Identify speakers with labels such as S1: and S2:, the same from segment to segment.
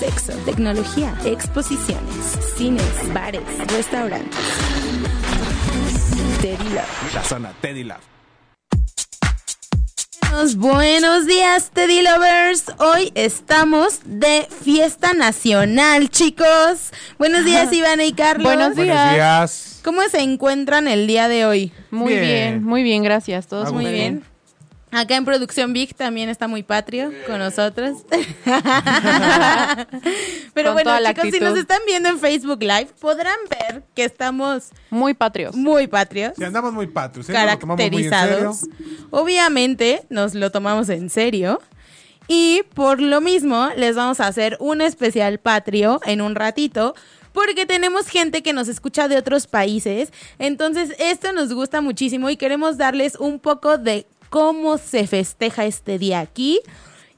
S1: Sexo, tecnología, exposiciones, cines, bares, restaurantes. Teddy Love.
S2: La zona Teddy Love.
S3: Buenos, buenos días, Teddy Lovers. Hoy estamos de fiesta nacional, chicos. Buenos días, Ivana y Carlos.
S4: Buenos días.
S5: Buenos días.
S3: ¿Cómo se encuentran el día de hoy?
S4: Muy bien.
S5: Bien.
S4: muy bien, gracias. Todos
S5: Ah,
S4: muy
S5: bueno.
S4: bien.
S3: Pues Acá en Producción Big también está muy patrio con nosotros. Pero
S4: Con
S3: bueno,
S4: toda la
S3: chicos, si
S4: actitud.
S3: nos están viendo en Facebook Live, podrán ver que estamos
S4: Muy patrios.
S3: muy patrios.
S5: Si andamos muy patrios, ¿eh? Nos lo tomamos muy en serio.
S3: caracterizados. Obviamente nos lo tomamos en serio. Y por lo mismo les vamos a hacer un especial patrio en un ratito. Porque tenemos gente que nos escucha de otros países. Entonces esto nos gusta muchísimo y queremos darles un poco de cómo se festeja este día aquí.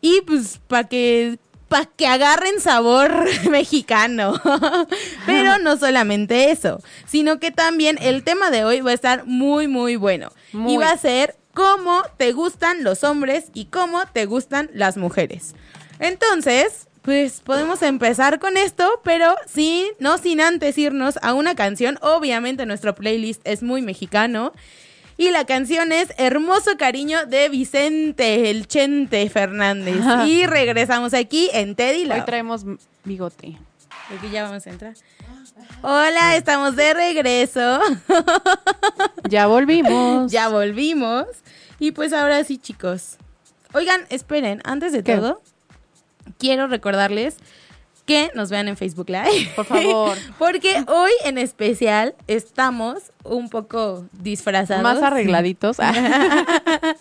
S3: Y pues para que para que agarren sabor mexicano. Pero no solamente eso, sino que también el tema de hoy va a estar muy muy bueno.
S4: Muy.
S3: Y va a ser cómo te gustan los hombres y cómo te gustan las mujeres. Entonces, pues podemos empezar con esto, pero sí, no sin antes irnos a una canción. Obviamente nuestro playlist es muy mexicano. Y la canción es Hermoso Cariño de Vicente El Chente Fernández. Y regresamos aquí en Teddy
S4: Hoy
S3: Love.
S4: traemos m- bigote.
S3: Porque ya vamos a entrar. Hola, estamos de regreso.
S4: Ya volvimos.
S3: ya volvimos. Y pues ahora sí, chicos. Oigan, esperen, antes de
S4: ¿Qué?
S3: todo, quiero recordarles que nos vean en Facebook Live.
S4: Por favor.
S3: Porque hoy en especial estamos un poco disfrazados.
S4: Más arregladitos.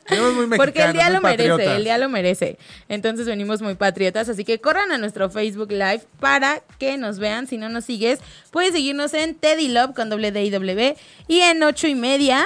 S4: Ah,
S5: Andamos muy mexicanos,
S3: Porque el día
S5: muy
S3: lo merece,
S5: patriotas.
S3: el día lo merece. Entonces venimos muy patriotas, así que corran a nuestro Facebook Live para que nos vean. Si no nos sigues, puedes seguirnos en Teddy Love con doble D y W y en ocho y media.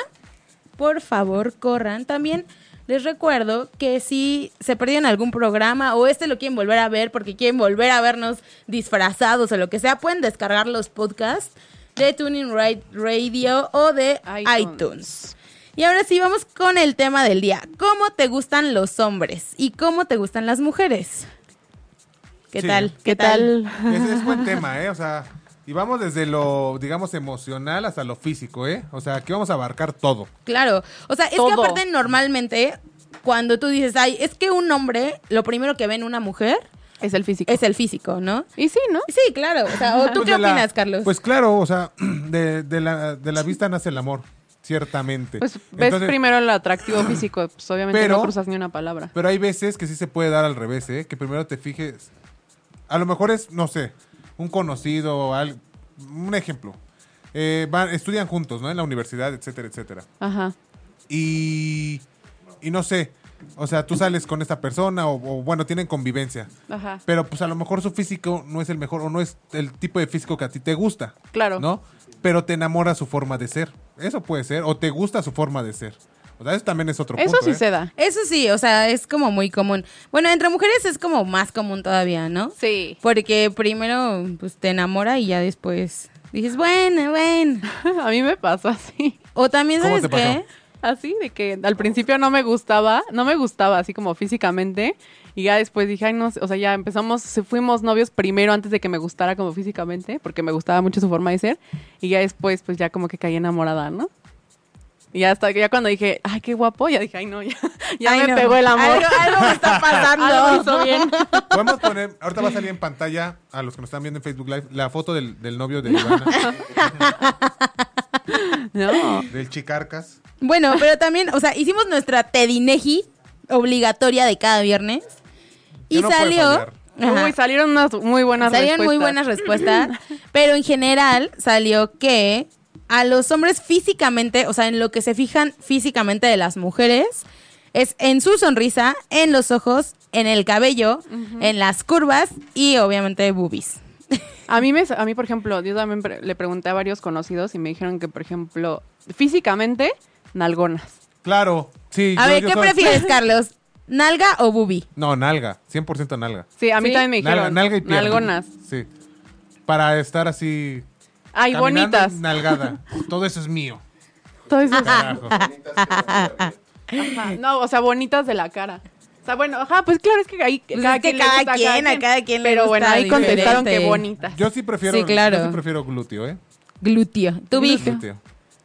S3: Por favor, corran. También les recuerdo que si se perdieron algún programa o este lo quieren volver a ver porque quieren volver a vernos disfrazados o lo que sea, pueden descargar los podcasts de Tuning Right Radio o de iTunes. Y ahora sí vamos con el tema del día. ¿Cómo te gustan los hombres y cómo te gustan las mujeres? ¿Qué
S5: Sí.
S3: tal?
S4: ¿Qué tal?
S5: Ese es buen tema, ¿eh? O sea, y vamos desde lo, digamos, emocional hasta lo físico, ¿eh? O sea, aquí vamos a abarcar todo.
S3: Claro. O sea, es que
S4: Todo.
S3: aparte normalmente cuando tú dices, ay, es que un hombre, lo primero que ve en una mujer
S4: Es el físico.
S3: es el físico, ¿no?
S4: Y sí, ¿no?
S3: Sí, claro. O sea, ¿o ¿tú
S5: Pues
S3: qué
S5: de la-
S3: opinas, Carlos?
S5: Pues claro, o sea, de, de la, de la vista nace el amor, ciertamente.
S4: Pues ves
S5: Entonces,
S4: primero el atractivo físico, pues obviamente
S5: Pero-
S4: no cruzas ni una palabra.
S5: Pero hay veces que sí se puede dar al revés, ¿eh? Que primero te fijes. A lo mejor es, no sé, un conocido, al- un ejemplo. Eh, van- estudian juntos, ¿no? En la universidad, etcétera, etcétera.
S4: Ajá.
S5: y, y no sé, o sea, tú sales con esta persona o, o, bueno, tienen convivencia.
S4: Ajá.
S5: Pero pues a lo mejor su físico no es el mejor o no es el tipo de físico que a ti te gusta.
S4: Claro.
S5: ¿No? Pero te enamora su forma de ser. Eso puede ser. O te gusta su forma de ser. O sea, eso también es otro
S4: Eso
S5: punto.
S4: sí
S5: ¿eh?
S4: se da.
S3: Eso sí, o sea, es como muy común. Bueno, entre mujeres es como más común todavía, ¿no?
S4: Sí.
S3: Porque primero pues te enamora y ya después dices, bueno, bueno.
S4: A mí me pasó así.
S3: O también
S5: ¿Cómo
S3: sabes
S5: te pasó?
S3: qué?
S4: Así, de que al principio no me gustaba, no me gustaba así como físicamente. Y ya después dije, ay, no, sé", o sea, ya empezamos, se- fuimos novios primero antes de que me gustara como físicamente, porque me gustaba mucho su forma de ser. Y ya después, pues ya como que caí enamorada, ¿no? Y ya hasta que ya cuando dije, ay, qué guapo, ya dije, ay, no, ya, ya
S3: Ay,
S4: me
S3: no.
S4: pegó el amor.
S3: Algo, algo me está pasando.
S4: Algo hizo bien.
S5: Podemos poner, ahorita va a salir en pantalla a los que nos están viendo en Facebook Live, la foto del, del novio de Ivana,
S4: No.
S5: del Chicarcas.
S3: Bueno, pero también, o sea, hicimos nuestra Tedineji E obligatoria de cada viernes.
S5: Que
S3: Y
S5: no puede
S3: salió.
S5: fallar.
S3: Ajá.
S4: Uy, salieron unas muy buenas
S3: salieron muy buenas
S4: respuestas.
S3: respuestas. pero en general salió que a los hombres físicamente, o sea, en lo que se fijan físicamente de las mujeres, es en su sonrisa, en los ojos en el cabello, en las curvas y obviamente boobies.
S4: A mí, me, a mí, por ejemplo, yo también pre- le pregunté a varios conocidos y me dijeron que, por ejemplo, físicamente, nalgonas.
S5: Claro, sí.
S3: A
S5: yo-
S3: ver,
S5: yo
S3: ¿qué
S5: soy-
S3: prefieres, Carlos? ¿Nalga o boobie?
S5: No, nalga, 100% nalga.
S4: Sí, a mí
S3: Sí.
S4: también me dijeron.
S5: Nalga, nalga y pierna.
S4: Nalgonas.
S5: Sí. Para estar así.
S4: Ay,
S5: caminando
S4: bonitas.
S5: y Nalgada. Todo eso es mío.
S4: Todo eso.
S5: Carajo.
S4: Ajá. No, o sea, bonitas de la cara. O sea, bueno, ajá, pues claro, es que ahí
S3: Pues es que
S4: le
S3: cada
S4: gusta
S3: quien, a cada quien le
S4: Pero bueno,
S3: gusta
S4: ahí contestaron
S3: diferente.
S4: que bonitas.
S5: Yo sí prefiero.
S3: Sí, claro.
S5: Yo sí prefiero glúteo, ¿eh?
S3: Glúteo. Tu vieja.
S5: Glúteo.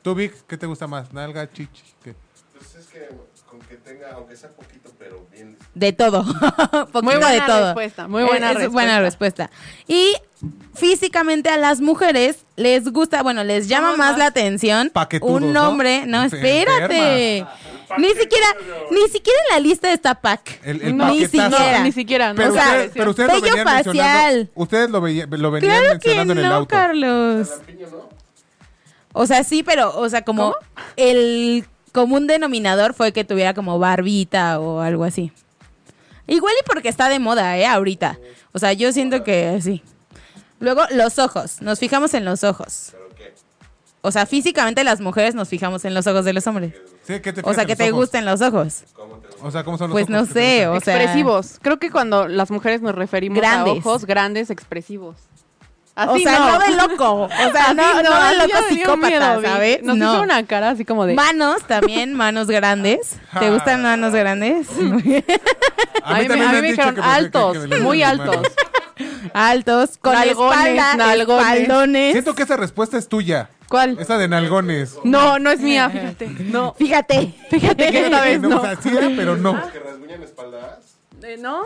S5: Tú, Vic, ¿qué te gusta más? ¿Nalga, chichi? ¿Qué?
S6: Pues es que con que tenga, aunque sea poquito, pero bien.
S3: De todo. Poquito
S4: Muy buena
S3: de todo.
S4: respuesta, muy buena
S3: Es- es buena respuesta. Y físicamente a las mujeres les gusta, bueno, les llama
S4: Ajá.
S3: más la atención
S5: Paquetudos,
S3: un
S5: ¿no?
S3: hombre. No,
S5: Se
S3: espérate. Ni siquiera, ni siquiera en la lista está Pac.
S5: El- el
S3: ni
S5: paquetazo.
S3: siquiera.
S4: No, ni siquiera. no,
S5: Pero,
S3: Ah, o sea,
S5: ustedes, pero ustedes lo
S3: vello
S5: venían mencionando.
S3: facial.
S5: Ustedes lo, veía- lo venían
S3: Claro que
S5: mencionando en el
S3: no,
S5: auto.
S3: Carlos. O sea, sí, pero, o sea, como el común denominador fue que tuviera como barbita o algo así. Igual y porque está de moda, ¿eh? Ahorita. O sea, yo siento que sí. Luego, los ojos. Nos fijamos en los ojos. O sea, físicamente las mujeres nos fijamos en los ojos de los hombres.
S5: Sí, ¿qué te
S3: O
S5: fijas
S3: sea,
S5: en
S3: que
S5: los
S3: te
S5: ojos?
S3: gusten los ojos.
S5: O sea, ¿cómo son los
S3: Pues no
S5: ojos? ¿Qué te
S3: sé, o sea...
S4: expresivos. Creo que cuando las mujeres nos referimos
S3: Grandes.
S4: a ojos grandes, expresivos.
S3: o
S4: Así
S3: sea, no. de loco. O sea,
S4: Así
S3: no, no
S4: así
S3: de loco
S4: ya me dio
S3: psicópata,
S4: miedo, Vi.
S3: ¿sabes?
S4: Nos
S3: no.
S4: hizo una cara así como de... Ah.
S3: Manos también, manos grandes. ¿Te gustan manos grandes?
S5: gusta?
S4: a mí, me, a mí me
S5: han
S4: dijeron
S5: dicho que prefiero- que-
S4: altos,
S5: que me
S4: muy
S5: levanten
S4: altos.
S5: las manos.
S3: Altos, con
S4: Nalgones,
S3: espalda,
S4: nalgones.
S3: espaldones.
S5: Siento que esa respuesta es tuya.
S4: ¿Cuál?
S5: Esa de nalgones.
S4: No, no es mía, fíjate. No,
S3: Fíjate.
S4: fíjate que esta vez
S5: No,
S4: no.
S5: o sea, sí, ¿eh? pero no.
S6: ¿Que rasguñan espaldas?
S4: Eh, No.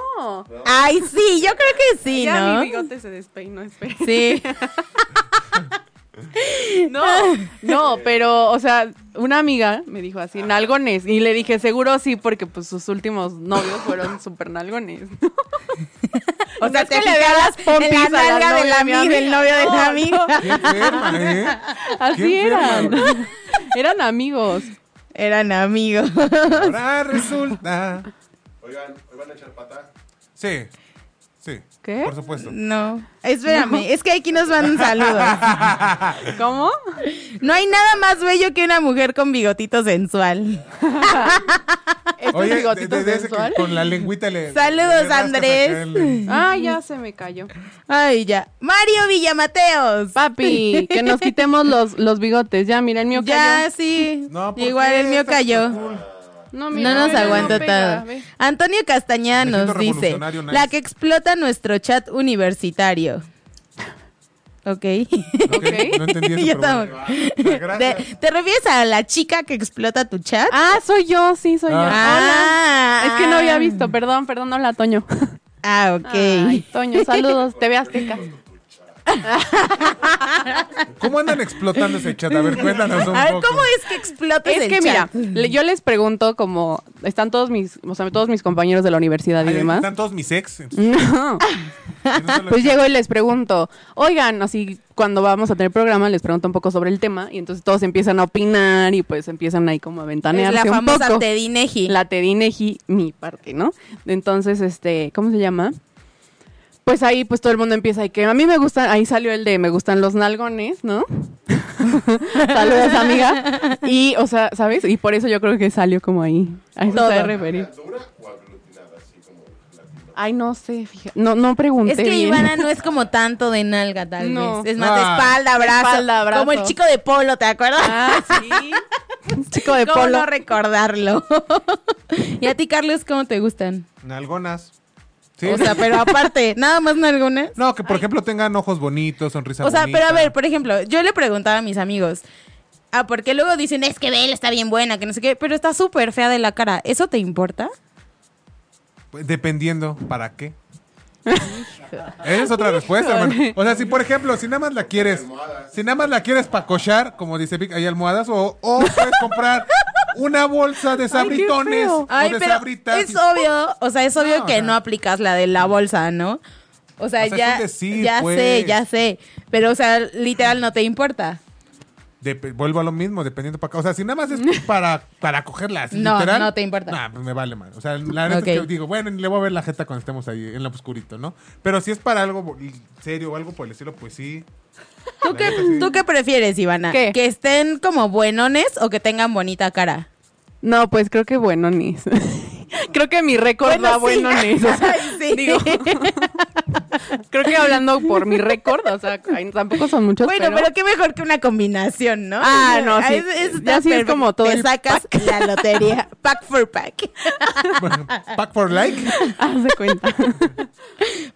S3: Ay, sí, yo creo que sí,
S4: Ya
S3: ¿no?
S4: mi bigote se despeinó, espera.
S3: Sí.
S4: No, no, pero, o sea, una amiga me dijo
S3: Ah.
S4: así, nalgones. Y le dije, seguro sí, porque pues sus últimos novios fueron súper nalgones.
S3: O sea,
S4: es
S3: te
S4: que le
S3: fijabas
S4: veo las
S3: en
S4: pompis
S3: la
S4: a la
S3: nalga del
S4: novia de mi
S3: ami- del
S4: amiga.
S3: novio de la
S4: No,
S3: amiga.
S5: Qué enferma, ¿eh?
S4: Así
S5: Qué enferma,
S4: eran. Eran amigos.
S3: Eran amigos.
S5: Ahora resulta.
S6: Oigan, hoy van a echar pata.
S5: Sí. Sí.
S4: ¿Qué?
S5: Por supuesto.
S3: No. Espérame, es que aquí nos mandan saludos.
S4: ¿Cómo?
S3: No hay nada más bello que una mujer con bigotito sensual.
S4: ¿Este
S5: Oye,
S4: es
S5: de-
S4: bigotito
S5: de- de ese que
S4: sensual?
S5: con la lengüita le.
S3: Saludos,
S5: le rascas acá
S3: Andrés.
S5: el-
S4: Ah, ya se me cayó.
S3: Ay, ya. Mario Villamateos.
S4: Papi, que nos quitemos los, los bigotes. Ya, mira, el mío
S3: Ya,
S4: cayó.
S3: sí.
S5: No, ¿por
S3: Igual
S5: qué?
S3: el mío
S5: Está
S3: cayó.
S5: cool.
S4: mira,
S3: no nos
S4: mira,
S3: aguanta
S4: no pega,
S3: tanto.
S4: ve.
S3: Antonio Castañeda
S5: Me siento
S3: nos dice,
S5: revolucionario, nice.
S3: la que explota nuestro chat universitario. Ok.
S5: Ok, No entendí eso.
S3: Yo
S5: pero bueno. Ah,
S3: tampoco.
S5: Gracias.
S3: ¿Te, te refieres a la chica que explota tu chat?
S4: Ah, soy yo, sí, soy yo. Hola.
S3: Ah.
S4: Es que no había visto, perdón, perdón, hola Toño.
S3: Ah, ok.
S4: Ay, Toño, saludos, TV Azteca.
S5: ¿Cómo andan explotando ese chat? A ver, cuéntanos un
S3: A ver,
S5: poco.
S3: ¿cómo es que explotas
S4: Es
S3: el
S4: que mira,
S3: Pues chat?
S4: le- yo les pregunto como están todos mis, o sea, todos mis compañeros de la universidad y
S5: Ay,
S4: demás.
S5: Están todos mis ex. entonces,
S4: No.
S5: que no se lo-
S4: Pues llego y les pregunto, oigan, así cuando vamos a tener programa les pregunto un poco sobre el tema y entonces todos empiezan a opinar y pues empiezan ahí como a
S3: Es
S4: ventanearse
S3: la
S4: un
S3: famosa
S4: poco.
S3: Tedineji.
S4: La Tedineji, mi parte, ¿no? Entonces, este, ¿cómo se llama? Pues ahí, pues todo el mundo empieza y que a mí me gustan, ahí salió el de me gustan los nalgones, ¿no? Saludos, amiga. Y, o sea, ¿sabes? Y por eso yo creo que salió como ahí. A eso se
S3: Todo.
S4: debe referir. Ay, no sé, fíjate. No, no pregunté.
S3: Es que
S4: bien.
S3: Ivana no es como tanto de nalga, tal
S4: No.
S3: vez. Es más de
S5: Ah.
S3: espalda, brazo.
S4: Espalda, brazo.
S3: Como el chico de polo, ¿te acuerdas?
S4: Ah, sí. Un chico de
S3: ¿Cómo
S4: polo.
S3: no recordarlo? ¿Y a ti, Carlos, cómo te gustan?
S5: Nalgonas. Sí.
S3: O sea, pero aparte, nada más no algunas.
S5: No, que por ejemplo tengan ojos bonitos, sonrisa
S3: O sea,
S5: bonita.
S3: pero a ver, por ejemplo, yo le preguntaba a mis amigos, ah, porque luego dicen, es que Bel está bien buena, que no sé qué, pero está súper fea de la cara. ¿Eso te importa?
S5: Pues, Dependiendo, ¿para qué? Esa es otra respuesta, hermano. O sea, si por ejemplo, si nada más la quieres, si nada más la quieres para cochar, como dice Vic, hay almohadas, o, o puedes comprar una bolsa de sabritones
S4: feo.
S5: o de sabritas.
S3: es obvio, o sea, es obvio
S5: No,
S3: que
S5: o sea.
S3: no aplicas la de la bolsa, ¿no? O sea,
S5: O sea, es
S3: ya,
S5: un decir,
S3: ya
S5: pues.
S3: sé, ya sé, pero o sea, literal no te importa.
S5: Dep- vuelvo a lo mismo, dependiendo para acá. O sea, si nada más es para, para cogerla, así,
S3: No,
S5: literal.
S3: no te importa.
S5: Nah, pues me vale mal. O sea, la neta es
S3: Ok.
S5: que digo, bueno, le voy a ver la jeta cuando estemos ahí en lo oscurito, ¿no? Pero si es para algo bo- serio o algo por el estilo, pues sí.
S3: ¿Tú
S5: La
S3: qué,
S5: neta, sí.
S3: ¿Tú qué prefieres, Ivana?
S4: ¿Qué?
S3: ¿Que estén como buenones o que tengan bonita cara?
S4: No, pues creo que bueno, Nis. creo que mi récord
S3: Bueno,
S4: va
S3: sí.
S4: bueno, Nis. O sea,
S3: Sí.
S4: digo, creo que hablando por mi récord, o sea, ay, tampoco son muchos.
S3: Bueno, pero... qué mejor que una combinación, ¿no?
S4: Ah, no, sí.
S3: está
S4: Ya sí es
S3: perfecto.
S4: como todo
S3: Te
S4: el
S3: sacas la lotería, pack for pack,
S5: Bueno, Pack for like.
S4: Haz de cuenta.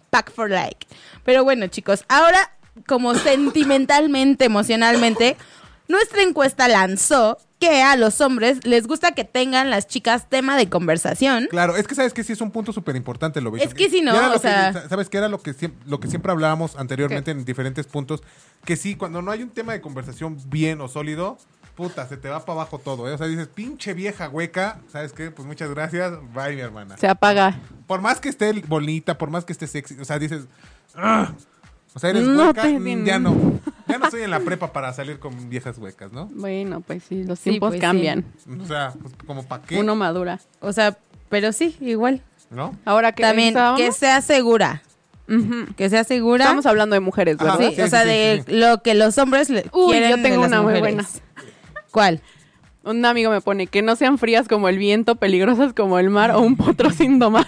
S3: pack for like. Pero bueno, chicos, ahora como sentimentalmente, emocionalmente, nuestra encuesta lanzó que a los hombres les gusta que tengan las chicas tema de conversación.
S5: Claro, es que sabes que sí es un punto súper importante lo
S3: Es que sí, ¿no? O sea-
S5: ¿Sabes que era lo que, siem- lo que siempre hablábamos anteriormente en diferentes puntos? Que sí, cuando no hay un tema de conversación bien o sólido, puta, se te va para abajo todo, ¿eh? O sea, dices, pinche vieja hueca, ¿sabes qué? Pues muchas gracias, bye, mi hermana.
S4: Se apaga.
S5: Por más que esté bonita, por más que esté sexy, o sea, dices, "Ah", o sea, eres
S4: No
S5: hueca,
S4: te-
S5: mm, ya no. Ya no estoy en la prepa para salir con viejas huecas, ¿no?
S4: Bueno, pues sí, los
S3: Sí,
S4: tiempos
S3: pues,
S4: cambian.
S5: O sea, pues, como para qué,
S4: Uno madura.
S3: O sea, pero sí, igual.
S5: ¿no?
S4: Ahora que
S3: También
S4: estábamos-
S3: que sea segura.
S4: Ujú.
S3: Que sea segura.
S4: Estamos hablando de mujeres,
S5: Ajá.
S4: ¿verdad?
S3: Sí,
S5: Sí,
S3: o
S5: sí,
S3: sea,
S5: sí,
S3: de
S5: sí,
S3: lo que los hombres le-
S4: Uy,
S3: quieren
S4: yo tengo
S3: de las
S4: una muy
S3: mujeres. ¿Cuál?
S4: Un amigo me pone que no sean frías como el viento, peligrosas como el mar o un potro sin domar.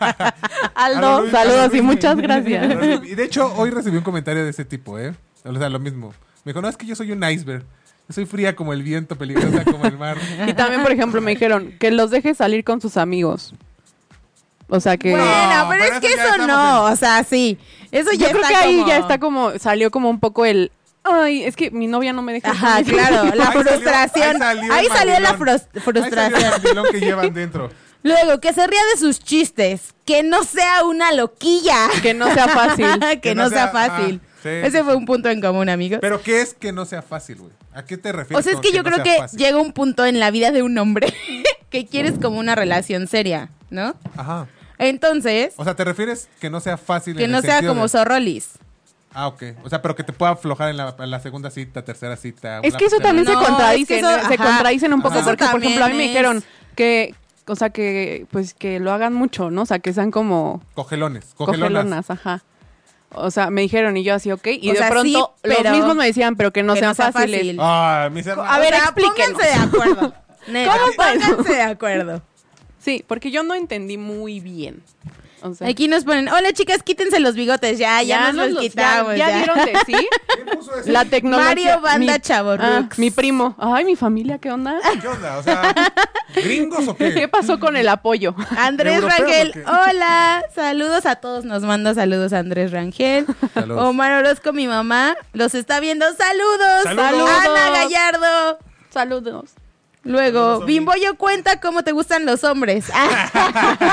S5: Aldo
S4: Aldo,
S5: Ruiz, Aldo
S4: saludos y
S5: Ruiz.
S4: muchas gracias.
S5: Y de hecho, hoy recibí un comentario de ese tipo, ¿eh? O sea, lo mismo. Me dijo, no, es que yo soy un iceberg. Yo soy fría como el viento, peligrosa como el mar.
S4: Y también, por ejemplo, me dijeron que los deje salir con sus amigos. O sea que...
S3: Bueno,
S5: No,
S3: pero,
S5: pero
S3: es que
S5: eso ya
S3: eso
S5: estamos
S3: no, o sea, sí. Eso ya
S4: yo creo
S3: está
S4: que ahí
S3: como-
S4: ya está como... Salió como un poco el... Ay, es que mi novia no me deja...
S3: Ajá,
S4: salir".
S3: claro, la
S5: Ahí salió-
S3: frustración. ahí
S5: el
S3: salió la
S5: mandilón.
S3: frus- frustración.
S5: Ahí salió el mandilón que llevan dentro.
S3: Luego, que se ría de sus chistes, que no sea una loquilla.
S4: Que no sea fácil.
S3: que, no, sea, fácil.
S5: ah, sí,
S3: Ese
S5: sí,
S3: fue
S5: sí.
S3: un punto en común, amigos.
S5: Pero ¿qué es que no sea fácil, güey? ¿A qué te refieres?
S3: o sea, es
S5: con
S3: que yo
S5: no
S3: creo
S5: sea
S3: que
S5: fácil?
S3: llega un punto en la vida de un hombre que quieres como una relación seria, ¿no?
S5: Ajá.
S3: Entonces,
S5: O sea, ¿te refieres que no sea fácil
S3: que
S5: en
S3: no
S5: el
S3: sea
S5: sentido
S3: como
S5: de-
S3: zorrolis.
S5: Ah, ok. O sea, pero que te pueda aflojar en la, en la segunda cita, tercera cita.
S4: Es
S5: una
S4: que eso
S5: tercera-
S4: también
S3: No,
S4: se
S3: es que
S4: contradicen,
S3: eso-
S4: ¿eh? se
S3: ajá.
S4: contradicen un poco
S5: Ajá.
S4: porque,
S3: Eso
S4: por ejemplo, a mí me
S3: también
S4: dijeron
S3: es.
S4: que, o sea, que pues que lo hagan mucho, ¿no? O sea, que sean como
S5: Cogelones, cogelonas.
S4: cogelonas, ajá. O sea, me dijeron y yo así, ok, y
S3: O
S4: de
S3: sea, sí,
S4: pronto los
S3: pero-
S4: mismos me decían, pero que no
S3: que
S4: sean
S3: no sea
S4: fáciles.
S3: fácil.
S5: Ah, mis hermanos.
S4: A ver,
S3: O sea,
S4: explíquenos.
S3: Pónganse de acuerdo. Neta,
S4: ¿Cómo pues?
S3: pónganse de acuerdo.
S4: Sí, porque yo no entendí muy bien. O sea,
S3: Aquí nos ponen, hola chicas, quítense los bigotes, ya, ya, nos, los,
S4: los-
S3: quitamos.
S4: Ya,
S3: Ya,
S4: ya dieron de sí
S5: ¿Quién puso eso?
S4: la tecnología.
S3: Mario Banda Chavorrux.
S4: mi primo. Ay, mi familia, ¿qué onda?
S5: ¿Qué onda? O sea, ¿gringos o qué?
S4: ¿Qué pasó con el apoyo?
S3: Andrés
S5: ¿Europeo
S3: Rangel,
S5: o qué?
S3: hola, saludos a todos, nos manda saludos Andrés Rangel.
S5: Saludos.
S3: Omar Orozco, mi mamá, los está viendo, saludos.
S5: Saludos.
S3: Ana Gallardo.
S4: Saludos.
S3: Luego, Bimboyo cuenta cómo te gustan los hombres. Ah,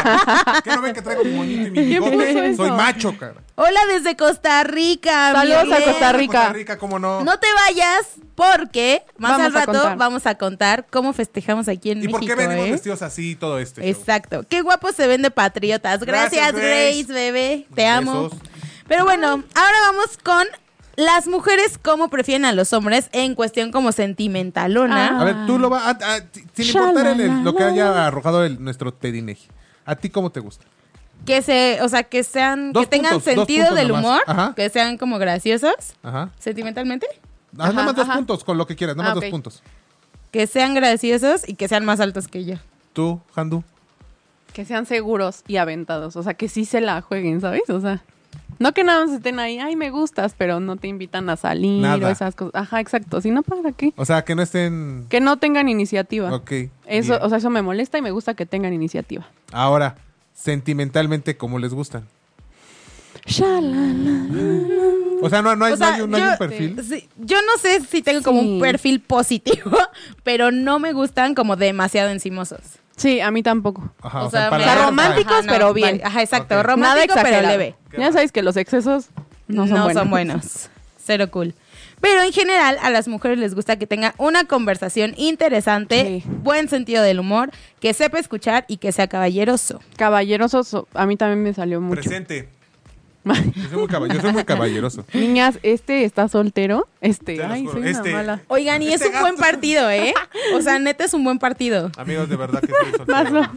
S5: ¿Qué no ven que traigo mi moñito y mi
S4: ¿Quién puso
S5: bigote?
S4: eso?
S5: Soy macho, cara.
S3: hola desde Costa Rica.
S4: Saludos a
S3: Miguel.
S4: Costa Rica.
S5: Costa Rica, cómo no.
S3: No te vayas porque más
S4: Vamos a
S3: al rato
S4: contar.
S3: vamos a contar cómo festejamos aquí en
S5: ¿Y
S3: México.
S5: por qué venimos
S3: ¿eh?
S5: vestidos así y todo este show?
S3: Exacto. Qué guapo se ven de patriotas. Gracias,
S5: Gracias,
S3: Grace.
S5: Grace.
S3: bebé. Te amo.
S5: Besos.
S3: Pero bueno, ahora vamos con las mujeres cómo prefieren a los hombres en cuestión como sentimentalona.
S5: Ah. A ver, tú lo vas... sin importar el- el- lo que haya arrojado el- nuestro Tedineji. ¿A ti cómo te gusta?
S3: Que se, o sea, que sean,
S5: Dos
S3: que tengan
S5: puntos, dos
S3: sentido
S5: puntos
S3: del
S5: nomás.
S3: humor,
S5: Ajá.
S3: que sean como graciosos,
S5: Ajá.
S3: sentimentalmente,
S5: Ah, nada más dos
S4: ajá.
S5: puntos con lo que quieras, nada
S4: Ah,
S5: más
S4: ok.
S5: dos puntos.
S3: que sean graciosos y que sean más altos que yo.
S5: Tú, Handu.
S4: Que sean seguros y aventados, o sea, que sí se la jueguen, ¿sabes? O sea, no que nada más estén ahí, ay, me gustas, pero no te invitan a salir o
S5: Nada.
S4: esas cosas. Ajá, exacto, si no, ¿para qué?
S5: O sea, que no estén...
S4: Que no tengan iniciativa.
S5: Ok.
S4: Eso,
S5: bien.
S4: o sea, eso me molesta y me gusta que tengan iniciativa.
S5: Ahora, sentimentalmente, ¿cómo les gustan?
S4: Shalala.
S5: O sea, no, no hay,
S3: O sea,
S5: no hay un, no hay
S3: yo- eh,
S5: un
S4: eh,
S5: perfil.
S3: sí, yo no sé si tengo como un
S4: Sí.
S3: perfil positivo, pero no me gustan como demasiado encimosos.
S4: Sí, a mí tampoco.
S5: Ajá,
S3: O sea,
S5: para-
S4: O sea,
S3: Ajá,
S4: románticos,
S3: ajá, no,
S4: pero bien.
S3: vale. Ajá, exacto,
S5: Ok.
S4: Nada
S3: romántico, pero
S4: exagerado.
S3: leve.
S4: Ya sabes que los excesos no son buenos.
S3: Cero cool. Pero en general a las mujeres les gusta que tenga una conversación interesante,
S4: Sí.
S3: buen sentido del humor, que sepa escuchar y que sea caballeroso.
S4: Caballerosos, o- a mí también me salió mucho.
S5: Presente. Yo soy muy, caball- yo soy muy caballeroso.
S4: Niñas, este está soltero. Este,
S5: Te los
S4: ay,
S5: juro,
S4: soy una
S5: este-
S4: mala.
S3: Oigan, y es un buen partido, ¿eh? O sea, neta es un buen partido.
S5: Amigos, de verdad que soy soltero.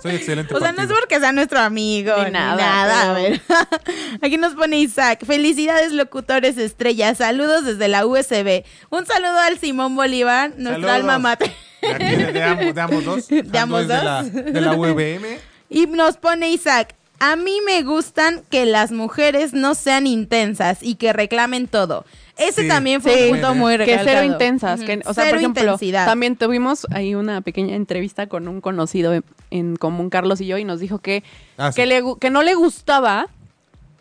S5: Soy excelente.
S3: O sea, no es
S5: partido.
S3: porque sea nuestro amigo
S4: Ni
S3: ni nada.
S4: Este nada,
S3: A ver. Aquí nos pone Isaac. Felicidades, locutores estrellas. Saludos desde la USB. Un saludo al Simón Bolívar, nuestra
S5: Saludos.
S3: alma mater.
S5: De, aquí, de, de ambos, de ambos dos.
S3: De ambos
S5: Es De la,
S3: dos.
S5: de la UVM.
S3: Y nos pone Isaac. A mí me gustan que las mujeres no sean intensas y que reclamen todo. Ese
S5: Sí.
S3: también fue
S5: Sí.
S3: un punto muy
S4: que
S3: recalcado.
S4: cero intensas.
S3: Ujú.
S4: que, o sea,
S3: Cero
S4: por ejemplo,
S3: intensidad.
S4: también tuvimos ahí una pequeña entrevista con un conocido en, en común, Carlos y yo, y nos dijo que,
S5: Ah,
S4: que,
S5: sí.
S4: le gu- que no le gustaba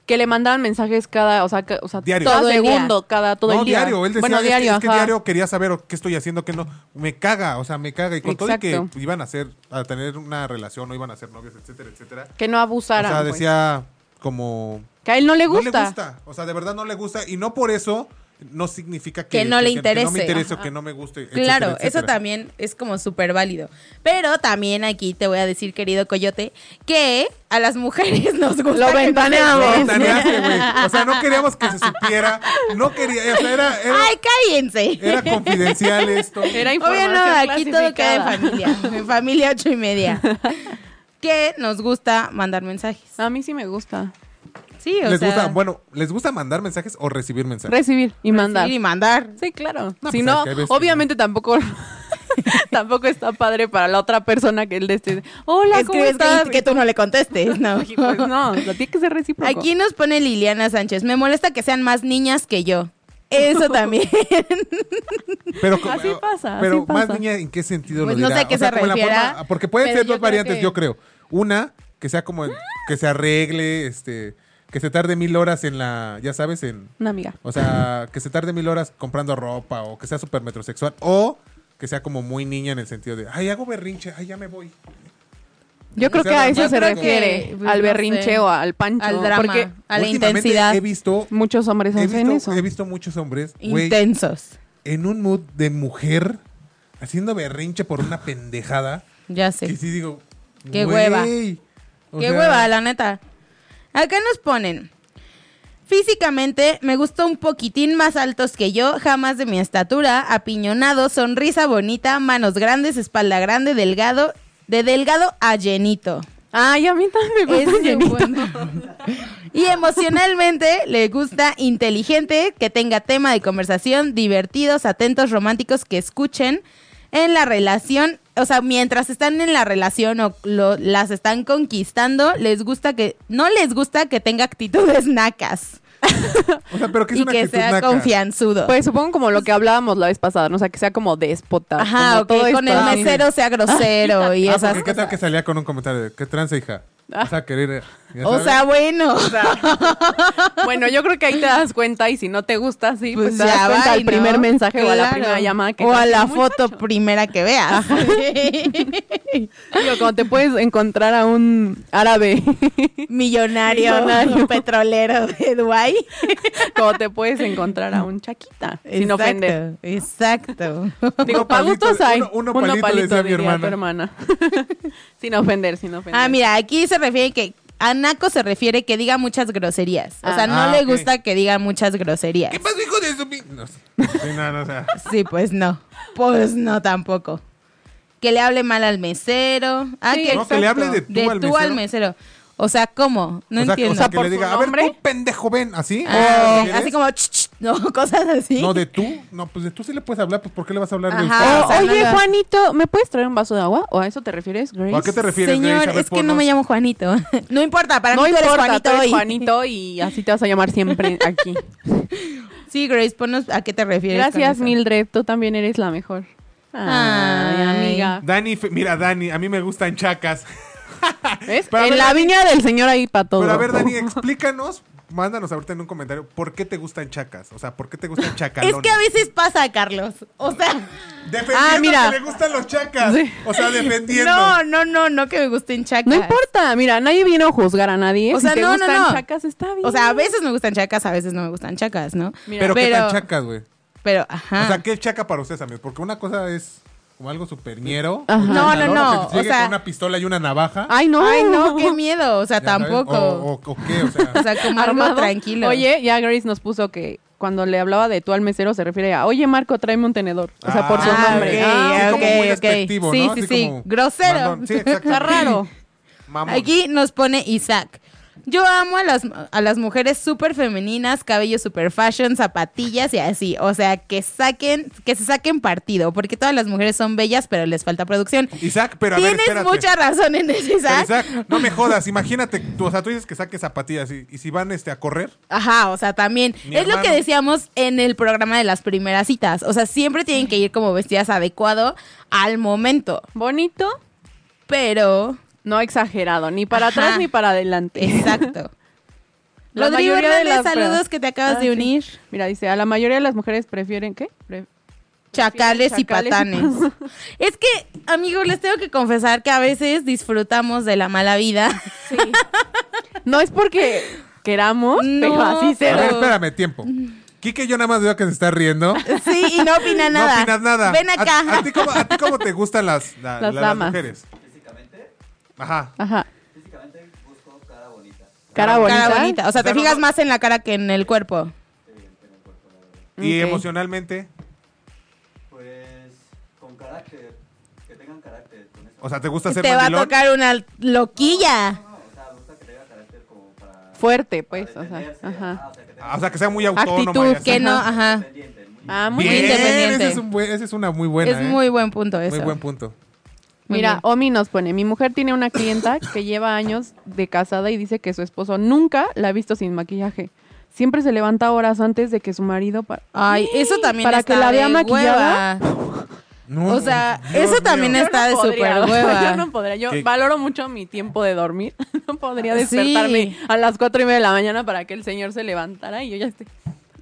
S4: que le mandaban mensajes cada, o sea, ca- o sea
S5: Diario.
S4: todo
S3: Todo el
S4: segundo, cada todo
S5: no,
S4: el día.
S5: diario. Él decía
S4: bueno,
S5: es que-
S4: diario,
S5: es que,
S4: ajá.
S5: diario quería saber o qué estoy haciendo, qué no. Me caga, o sea, me caga. Y con todo y
S4: Exacto.
S5: que iban a, hacer, a tener una relación o iban a ser novios, etcétera, etcétera.
S4: Que no
S5: O
S4: abusaran.
S5: sea,
S4: pues.
S5: decía como...
S4: que a él no le
S5: No le
S4: gusta.
S5: gusta. O sea, de verdad no le gusta. Y no por eso no significa que,
S3: Que no le
S5: Que no
S3: interese.
S5: me interese o
S3: Ajá.
S5: que no me guste. etcétera,
S3: Claro, eso
S5: etcétera.
S3: también es como súper válido. Pero también aquí te voy a decir, querido Coyote, que a las mujeres nos gusta.
S4: Lo
S3: que nos
S4: ventaneamos.
S5: No,
S3: den-
S5: ventaneaste, güey. O sea, no queríamos que se supiera. No quería. O sea, era, era,
S3: ¡Ay, cállense!
S5: era confidencial esto.
S4: Era
S3: Obvio
S4: información
S3: no, aquí todo queda en
S4: clasificada.
S3: familia. En familia ocho y media. Que nos gusta mandar mensajes.
S4: A mí sí me gusta.
S3: Sí, o
S5: les
S3: sea.
S5: gusta, bueno, ¿les gusta mandar mensajes o recibir mensajes?
S4: Recibir y mandar.
S3: recibir y mandar.
S4: Sí, claro.
S5: No,
S4: si
S5: pues,
S4: no,
S5: hay que vestir,
S4: obviamente tampoco tampoco está padre para la otra persona que él esté. Hola, ¿cómo
S3: Escribes
S4: estás?
S3: que, que tú no le contestes, no.
S4: Y pues no, o sea, tiene que ser recíproco.
S3: Aquí nos pone Liliana Sánchez. Me molesta que sean más niñas que yo. Eso también.
S5: Pero, como-
S4: Así pasa, así
S5: Pero más
S4: pasa.
S5: niña, ¿en qué sentido
S3: Pues
S5: lo
S3: no sé
S5: dirá?
S3: a qué se
S5: como la
S3: refiera,
S5: porque pueden
S3: pero
S5: ser
S3: yo
S5: dos
S3: creo
S5: variantes,
S3: que-
S5: yo creo. Una, que sea como el- que se arregle, este, que se tarde mil horas en la, ya sabes, en,
S4: Una amiga.
S5: o sea, que se tarde mil horas comprando ropa o que sea súper metrosexual o que sea como muy niña en el sentido de, ay, hago berrinche, ay, ya me voy.
S4: Yo creo que a eso
S3: Yo
S4: se
S3: creo
S4: refiere,
S3: que, pues,
S4: al
S3: no
S4: berrinche
S3: sé.
S4: o al pancho.
S3: Al drama,
S4: Porque
S3: a la
S5: Últimamente
S3: intensidad.
S5: He visto,
S4: muchos hombres
S5: he
S4: hacen
S5: visto,
S4: eso.
S5: he visto muchos hombres, güey,
S3: Intensos.
S5: en un mood de mujer haciendo berrinche por una pendejada.
S3: Ya
S5: Que
S3: sé.
S5: sí digo.
S3: Qué
S5: "Güey".
S3: hueva.
S5: O
S3: Qué
S5: sea,
S3: hueva, la neta. Acá nos ponen. Físicamente me gusta un poquitín más altos que yo, jamás de mi estatura, apiñonado, sonrisa bonita, manos grandes, espalda grande, delgado, de delgado a llenito.
S4: Ay, a mí también me
S3: Ese
S4: pasa
S3: es el
S4: llenito.
S3: bueno. Y emocionalmente le gusta inteligente, que tenga tema de conversación, divertidos, atentos, románticos, que escuchen en la relación. O sea, mientras están en la relación o lo- las están conquistando, les gusta que no les gusta que tenga actitudes nacas
S5: O sea, pero que es
S3: y
S5: una
S3: que
S5: actitud
S3: sea
S5: naca.
S3: confianzudo.
S4: Pues supongo como lo que hablábamos la vez pasada, ¿no? O sea, que sea como déspota.
S3: Ajá,
S4: como
S3: o
S4: todo
S3: que
S4: esto,
S3: con el
S4: así.
S3: mesero sea grosero y
S5: Ah,
S3: esas Ah.
S5: porque qué tal que salía con un comentario de qué tranza, hija. Vas a querer. eh, ya
S3: O
S5: sabes.
S3: sea, bueno.
S4: Bueno, yo creo que ahí te das cuenta y si no te gusta, sí, pues,
S3: Pues
S4: te das
S3: ya
S4: cuenta
S3: va,
S4: al
S3: y
S4: primer
S3: no,
S4: mensaje o a la
S3: claro.
S4: primera llamada que
S3: o
S4: te
S3: a
S4: hace
S3: la
S4: muy-
S3: foto primera que veas.
S4: Digo, cuando te puedes encontrar a un árabe,
S3: Millonario,
S4: Millonario.
S3: petrolero de Dubai.
S4: como te puedes encontrar a un chaquita, sin ofender.
S3: Exacto. Ah,
S4: Digo,
S5: Uno
S4: para
S5: palito,
S4: gustos hay.
S5: uno- uno palito, decía mi
S4: diría
S5: hermana.
S4: tu hermana. sin ofender, sin ofender.
S3: Ah, mira, aquí se refiere que a Naco se refiere que diga muchas groserías. O sea,
S4: Ah.
S3: no
S5: Ah,
S3: le
S5: ok.
S3: gusta que diga muchas groserías.
S5: ¿Qué pasó, hijo de su pi-? No sé. Sí, no, no, o sea.
S3: Sí, pues no. Pues no tampoco. Que le hable mal al mesero. Ah,
S4: Sí,
S3: que,
S5: No, que le hable de tú
S3: de
S5: al
S3: tú al
S5: mesero.
S3: mesero. O sea, ¿cómo? No
S5: o sea,
S3: entiendo.
S5: o sea, que
S4: por
S5: le
S4: su
S5: diga, a ver,
S4: nombre".
S5: tú pendejo, ven, Oh, así.
S3: Ah,
S5: ¿O quieres?
S3: así como, "Ch, ch", no, cosas así.
S5: No, de tú. No, pues de tú sí le puedes hablar, pues ¿por qué le vas a hablar
S3: Ajá.
S5: de usted?
S4: Ah, O,
S3: o sea,
S4: oye,
S3: no lo-
S4: Juanito, ¿me puedes traer un vaso de agua? ¿O a eso te refieres, Grace?
S5: ¿O a qué te refieres,
S3: Señor,
S5: Grace? A ver,
S3: es que no
S5: ponnos.
S3: me llamo Juanito. No importa, para
S4: no
S3: mí tú eres
S4: importa,
S3: Juanito
S4: tú eres
S3: hoy.
S4: Juanito y así te vas a llamar siempre aquí.
S3: Sí, Grace, ponnos a qué te refieres. con
S4: Gracias,
S3: eso.
S4: Mildred, tú también eres la mejor. Ay,
S3: Ay.
S4: amiga.
S5: Dani, Fe- mira, Dani, a mí me gustan chacas.
S4: ¿Ves?
S5: Pero a
S4: en
S5: ver,
S4: la
S5: Dani-
S4: viña del señor ahí para todo.
S5: Pero a ver, Dani, explícanos, mándanos ahorita en un comentario, ¿por qué te gustan chacas? O sea, ¿por qué te gustan chacalones?
S3: Es que a veces pasa, Carlos. O sea,
S5: Defendiendo
S4: Ah, mira.
S5: que le gustan los chacas.
S4: Sí.
S5: O sea, defendiendo.
S3: no, no, no, no que me gusten chacas.
S4: No importa, mira, nadie vino a juzgar a nadie.
S3: O sea,
S4: si te
S3: no, no,
S4: gustan
S3: no.
S4: chacas, está bien.
S3: O sea, a veces me gustan chacas, a veces no me gustan chacas, ¿no?
S4: Mira.
S5: pero, ¿qué
S3: pero- Ah.
S5: tan chacas, güey?
S3: Pero, ajá.
S5: O sea, ¿qué es chaca para ustedes, amigos? Porque una cosa es como algo superñero.
S4: Ajá.
S5: un
S3: No, no,
S5: calor,
S3: no,
S5: o Que te
S3: o
S5: llegue
S3: sea-
S5: con una pistola y una navaja.
S4: Ay, no.
S3: Ay, no, qué miedo. O sea,
S5: ya sabes, oh,
S3: tampoco.
S5: O, o- o qué, o sea.
S3: O sea, como algo
S4: Armado.
S3: tranquilo.
S4: Oye, ya Grace nos puso que cuando le hablaba de tú al mesero se refiere a, oye Marco, tráeme un tenedor. O sea, por su
S3: Ah,
S4: nombre.
S3: ok,
S4: Ah,
S5: así
S3: ah,
S5: como muy
S3: ok, ok.
S5: despectivo,
S3: Sí,
S5: ¿no?
S3: sí,
S5: Así
S3: sí.
S5: como
S3: Grosero.
S5: mandón. Sí, exacto.
S4: Está raro.
S5: Mamón.
S3: Aquí nos pone Isaac. Yo amo a las, a las mujeres súper femeninas, cabello super fashion, zapatillas y así. O sea, que saquen, que se saquen partido, porque todas las mujeres son bellas, pero les falta producción.
S5: Isaac, pero a ver,
S3: Tienes
S5: espérate.
S3: mucha razón en eso,
S5: Pero,
S3: Isaac.
S5: Isaac, no me jodas, imagínate, tú, o sea, tú dices que saques zapatillas y, y si van este a correr,
S3: Ajá, o sea, también.
S5: Mi
S3: es lo que
S5: hermano.
S3: decíamos en el programa de las primeras citas. O sea, siempre tienen que ir como vestidas adecuado al momento.
S4: Bonito,
S3: Pero.
S4: no exagerado, ni para
S3: Ajá.
S4: atrás ni para adelante.
S3: Exacto.
S4: La
S3: Rodrigo
S4: mayoría de
S3: Hernández,
S4: las-
S3: saludos que te acabas
S4: Ah,
S3: de
S4: sí.
S3: unir.
S4: Mira, dice, a la mayoría de las mujeres prefieren, ¿qué? Pre-
S3: Chacales, y
S4: Chacales.
S3: patanes. es que, amigos, les tengo que confesar que a veces disfrutamos de la mala vida.
S4: no es porque queramos,
S3: No,
S4: pero así se
S5: a
S3: Pero-
S5: ver, espérame, tiempo. Quique, yo nada más veo que se está riendo.
S3: Sí, y no opina nada.
S5: No opinas nada.
S3: Ven acá.
S5: ¿A, a ti, cómo, a ti cómo te gustan las, la-
S4: Las
S5: la-
S4: damas.
S5: mujeres? ¿Físicamente? Ajá.
S4: Ajá. Cara bonita.
S3: Cara bonita. O sea, te
S5: Claro,
S3: fijas
S5: no.
S3: más en la cara que en el cuerpo.
S5: ¿Y
S4: Ok.
S5: emocionalmente?
S7: Pues con carácter, que tengan carácter, con eso.
S5: O sea, ¿te gusta ser
S3: Te va a
S5: mandilón?
S3: tocar una loquilla.
S7: No, o sea, me gusta que tengan carácter como para
S4: Fuerte, pues, o sea,
S7: detenerse,
S4: ajá.
S7: o sea, que tengan
S5: Ah, O sea, que sea muy autónoma.
S4: Actitud,
S5: y así.
S3: Que no, ajá.
S7: pendiente, muy
S4: Ah, muy
S5: Bien,
S4: bien.
S3: independiente.
S5: Ese es, un buen- ese es una muy buena.
S3: es
S5: ¿eh?
S3: muy buen punto eso.
S5: Muy buen punto.
S3: Muy
S4: Mira,
S3: bien.
S4: Omi nos pone, mi mujer tiene una clienta que lleva años de casada y dice que su esposo nunca la ha visto sin maquillaje. Siempre se levanta horas antes de que su marido... pa-
S3: Ay, eso también
S4: Para
S3: está
S4: que la vea
S3: de
S4: maquillada.
S3: hueva.
S5: No,
S3: O sea, eso también
S4: Yo
S3: es- Está de
S4: podría,
S3: súper
S4: o sea,
S3: hueva.
S4: Yo no podría. Yo
S5: ¿Qué?
S4: valoro mucho mi tiempo de dormir. No podría
S3: Sí.
S4: despertarme a las cuatro y media de la mañana para que el señor se levantara y yo ya esté.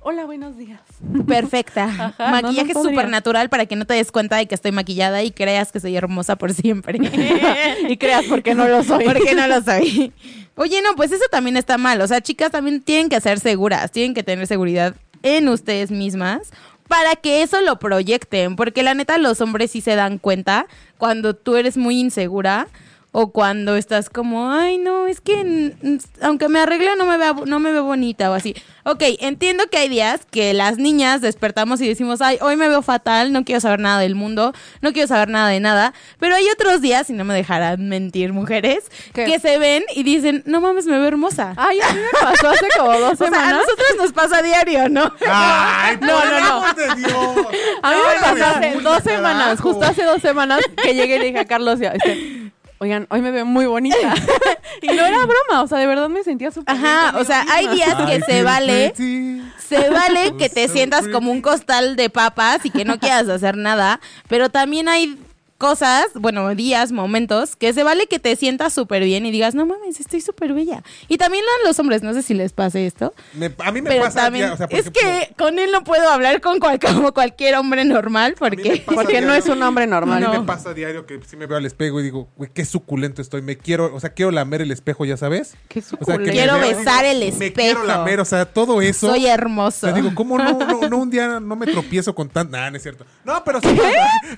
S4: Hola, buenos días.
S3: Perfecta.
S4: Ajá,
S3: Maquillaje
S4: no, no podría.
S3: supernatural para que no te des cuenta de que estoy maquillada y creas que soy hermosa por siempre.
S4: y creas porque no lo soy.
S3: Porque no lo soy. Oye, no, pues eso también está mal. O sea, chicas también tienen que ser seguras, tienen que tener seguridad en ustedes mismas para que eso lo proyecten. Porque la neta, los hombres sí se dan cuenta cuando tú eres muy insegura. O cuando estás como, ay, no, es que n- n- aunque me arregle no me, vea, bo- no me veo bonita o así. Ok, entiendo que hay días que las niñas despertamos y decimos, ay, hoy me veo fatal, no quiero saber nada del mundo, no quiero saber nada de nada. Pero hay otros días, y no me dejarán mentir mujeres,
S4: ¿Qué?
S3: que se ven y dicen, no mames, me veo hermosa.
S4: Ay, a mí me pasó hace como dos
S3: Ah, o sea, a
S4: semanas.
S3: nosotros nos pasa a diario, ¿no?
S5: ¡Ay,
S4: No, no, no.
S5: por el amor de Dios!
S4: A mí me
S5: Ay,
S4: pasó hace
S5: Julio,
S4: dos semanas,
S5: carajo.
S4: justo hace dos semanas, que llegué y le dije a Carlos, ya, este, oigan, hoy me veo muy bonita. y no era broma, o sea, de verdad me sentía súper bien
S3: Ajá, o
S4: conmigo
S3: sea, hay
S4: misma.
S3: días
S5: Ay,
S3: que se
S5: qué
S3: vale.
S5: pretty.
S3: Se vale que te
S5: So
S3: sientas
S5: pretty.
S3: como un costal de papas y que no quieras hacer nada, pero también hay cosas, bueno, días, momentos, que se vale que te sientas súper bien y digas, no mames, estoy súper bella. Y también a los hombres, no sé si les pase esto,
S5: Me- a mí me
S3: pero
S5: pasa
S3: también...
S5: día- o sea, por
S3: es
S5: ejemplo,
S3: que con él no puedo hablar con cual- como cualquier hombre normal,
S5: me
S3: porque...
S5: pasa
S4: Porque no es un hombre normal.
S5: A mí
S4: No.
S5: me pasa diario que sí me veo al espejo y digo, güey, qué suculento estoy. Me quiero, o sea, quiero lamer el espejo, ya sabes.
S4: Qué
S5: O sea, que me
S3: Quiero
S5: veo y
S3: besar el
S5: Me
S3: espejo.
S5: quiero lamer, o sea, todo eso.
S3: Soy
S5: o
S3: hermoso.
S5: sea, digo, ¿cómo no, no, no un día no me tropiezo con tan... Nah, no es cierto. No, pero sí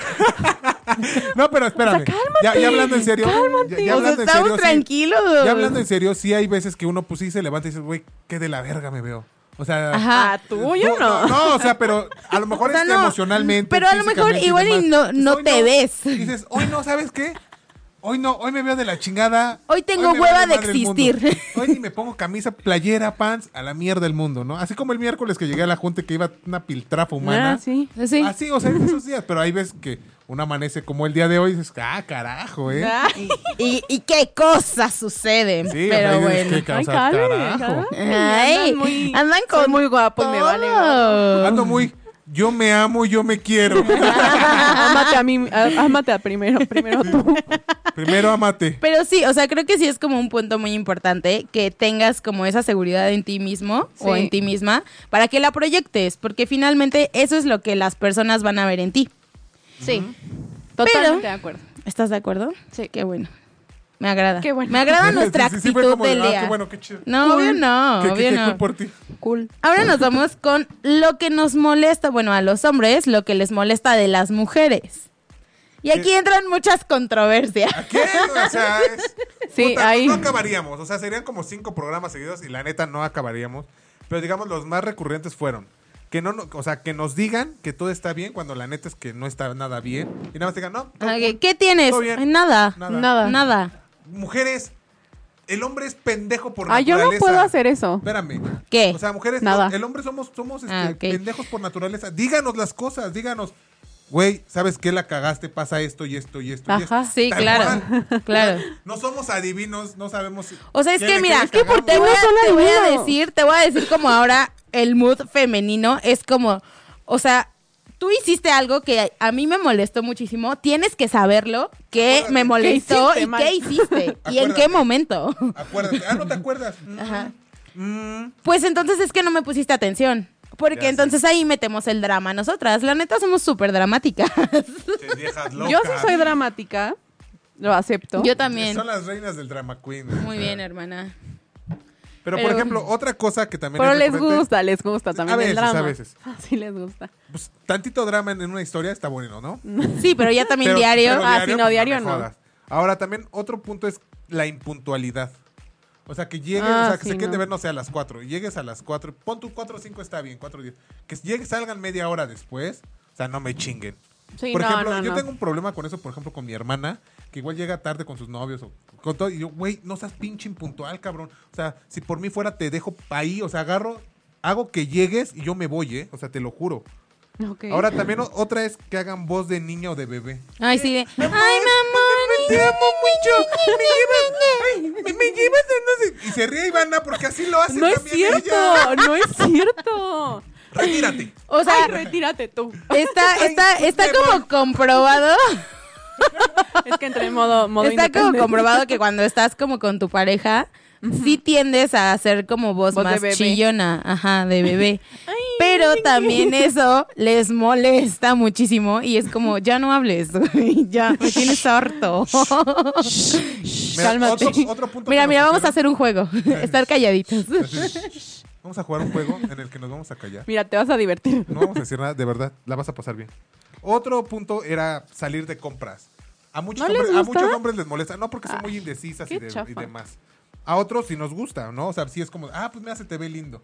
S5: pasa. no, pero espérame. ya, ya hablando en serio. ya- Ya,
S3: O sea,
S5: hablando en
S3: estamos
S5: serio. sí.
S3: tranquilos.
S5: ya hablando en serio, sí hay veces que uno pues sí se levanta y dice, güey, qué de la verga me veo. O sea...
S3: Ajá.
S4: Ah, tú, yo
S5: tú-
S4: no.
S5: No, o sea, pero a lo mejor
S3: O sea,
S5: este,
S3: no,
S5: emocionalmente.
S3: pero a lo mejor
S5: físicamente
S3: igual y
S5: demás,
S3: no- no
S5: dices,
S3: te
S5: "Hoy
S3: ves".
S5: Dices, hoy no, ¿sabes qué? Hoy no, hoy me veo de la chingada.
S3: Hoy tengo
S5: me
S3: hueva
S5: vale
S3: de
S5: madre el mundo.
S3: existir.
S5: Hoy ni me pongo camisa, playera, pants, a la mierda del mundo, ¿no? Así como el miércoles que llegué a la junta y que iba una piltrafa humana.
S4: Ah, sí.
S3: Sí.
S5: Así, o sea, en esos días. Pero hay veces que uno amanece como el día de hoy y dices, ah, carajo, ¿eh?
S3: y, y qué cosas suceden.
S5: Sí, o sea,
S3: pero
S5: y dices,
S3: bueno.
S5: "Qué causa,
S4: Carlos,
S5: carajo.
S3: Ay,
S4: andan muy-
S3: andan
S4: soy
S3: con
S4: muy guapo y me vale.
S5: Ando muy, yo me amo, yo me quiero.
S4: ámate a mí, á- ámate a primero, primero tú.
S5: Primero amate.
S3: Pero sí, o sea, creo que sí es como un punto muy importante que tengas como esa seguridad en ti mismo o
S4: Sí.
S3: en ti misma para que la proyectes, porque finalmente eso es lo que las personas van a ver en ti.
S4: Sí. Totalmente
S3: Pero-
S4: de acuerdo.
S3: ¿Estás de acuerdo?
S4: Sí.
S3: Qué bueno. Me agrada.
S4: Qué bueno.
S3: Me agrada nuestra
S5: Sí, sí, sí, fue
S3: actitud
S5: como de,
S3: del
S5: "Ah,
S3: día.
S5: qué bueno, qué chido.
S3: No, obvio no,
S5: Que- que-
S3: obvio
S5: que
S4: ah.
S3: no.
S5: por ti.
S4: Cool.
S3: Ahora nos vamos con lo que nos molesta, bueno, a los hombres, lo que les molesta de las mujeres. Y aquí entran muchas controversias.
S5: ¿A quién? O sea, es-
S4: Sí,
S5: puta,
S4: ahí.
S5: No acabaríamos. O sea, serían como cinco programas seguidos y la neta no acabaríamos. Pero digamos, los más recurrentes fueron que no, no- o sea, que nos digan que todo está bien cuando la neta es que no está nada bien. Y nada más digan, no, todo
S3: Ok,
S5: cool,
S3: ¿Qué tienes?
S5: todo bien.
S3: Ay, Nada.
S5: Nada.
S4: Nada.
S3: Nada.
S5: Mujeres, el hombre es pendejo por
S4: Ah, yo no
S5: naturaleza.
S4: puedo hacer eso.
S5: Espérame.
S3: ¿Qué?
S5: O sea, mujeres,
S4: Nada.
S5: no, el hombre somos, somos este,
S3: Ah, ok.
S5: pendejos por naturaleza. Díganos las cosas, díganos. Güey, ¿sabes qué? La cagaste, pasa esto y esto y esto. y
S4: Ajá.
S5: esto".
S3: Sí,
S5: Tal
S3: claro.
S5: cual.
S3: Claro.
S5: No somos adivinos, no sabemos.
S3: O sea, es
S5: qué
S3: que
S5: le-
S3: mira,
S5: qué le cagamos.
S3: te, voy
S4: No solo
S3: a, te voy a
S4: adivino.
S3: decir, te voy a decir como ahora el mood femenino es como, o sea, tú hiciste algo que a mí me molestó muchísimo, tienes que saberlo, que
S5: Acuérdate.
S3: me molestó
S4: ¿Qué hiciste
S3: y
S4: mal?
S3: qué hiciste y en
S5: Acuérdate.
S3: qué momento.
S5: Acuérdate. Ah, ¿no te acuerdas? Mm,
S3: Ajá.
S5: mm.
S3: Pues entonces es que no me pusiste atención. Porque
S5: Ya
S3: entonces ahí metemos el drama nosotras. La neta somos súper dramáticas.
S5: Che, viejas locas.
S4: Yo sí soy dramática. Lo acepto.
S3: Yo también.
S5: Son las reinas del drama queen.
S3: Muy
S5: Eh.
S3: bien, hermana.
S5: Pero, por
S3: Pero-
S5: ejemplo, otra cosa que también
S4: Pero
S5: es
S4: les
S5: recurrente,
S4: gusta, les gusta también
S5: A
S4: el
S5: veces, a
S4: drama.
S5: veces.
S4: Sí les gusta.
S5: pues, tantito drama en en una historia está bueno, ¿no?
S3: Sí, pero ya también
S5: Pero-
S3: diario.
S5: pero
S4: Ah, sí, no,
S5: pues,
S4: diario
S5: me
S4: no.
S5: jodas. Ahora también otro punto es la impuntualidad. O sea, que llegues,
S4: Ah,
S5: o sea, que
S4: sí,
S5: se queden
S4: no.
S5: de ver, no sé, a las 4. Llegues a las 4, pon tu 4 o 5 está bien, 4 o 10. Que llegues, salgan media hora después, o sea, no me chinguen.
S4: Sí,
S5: por
S4: no,
S5: ejemplo,
S4: no,
S5: yo
S4: no.
S5: tengo un problema con eso, por ejemplo, con mi hermana, que igual llega tarde con sus novios o con todo, y yo, güey, no seas pinche impuntual, cabrón. O sea, si por mí fuera, te dejo ahí, o sea, agarro, hago que llegues y yo me voy, ¿eh? O sea, te lo juro.
S4: Ok.
S5: Ahora también o- otra es que hagan voz de niña o de bebé.
S3: Ay, sí. de, Ay, mamón.
S5: Te amo mucho. Me llevas, ay, me llevas a no sé-". Y se ríe Ivana porque así lo hace.
S4: no es
S5: también ella.
S4: cierto, no es cierto.
S5: Retírate.
S3: O sea,
S4: Ay, retírate tú.
S3: Está, está,
S5: Ay,
S3: está
S5: me
S3: como comprobado.
S4: Es que entré en modo, modo
S3: Está como
S4: independiente.
S3: comprobado que cuando estás como con tu pareja, sí tiendes a hacer como voz,
S4: Voz de
S3: más
S4: bebé.
S3: chillona, ajá, de bebé. Pero también eso les molesta muchísimo y es como, ya no hables, güey, ya me tienes harto.
S5: Mira,
S4: Cálmate.
S5: Otro, otro punto
S3: mira,
S5: que
S3: mira,
S5: nos
S3: vamos a hacer un juego, estar calladitos.
S5: pusieron- Así, Vamos a jugar un juego en el que nos vamos a callar.
S4: Mira, te vas a divertir.
S5: No vamos a decir nada, de verdad, la vas a pasar bien. Otro punto era salir de compras. A muchos,
S4: ¿No les
S5: hombres, a
S4: gusta?
S5: muchos hombres les molesta, no porque son muy indecisas y,
S4: qué
S5: de- y
S4: chafa.
S5: demás. A otros sí nos gusta, ¿no? O sea, sí es como, ah, pues mira, se te ve lindo.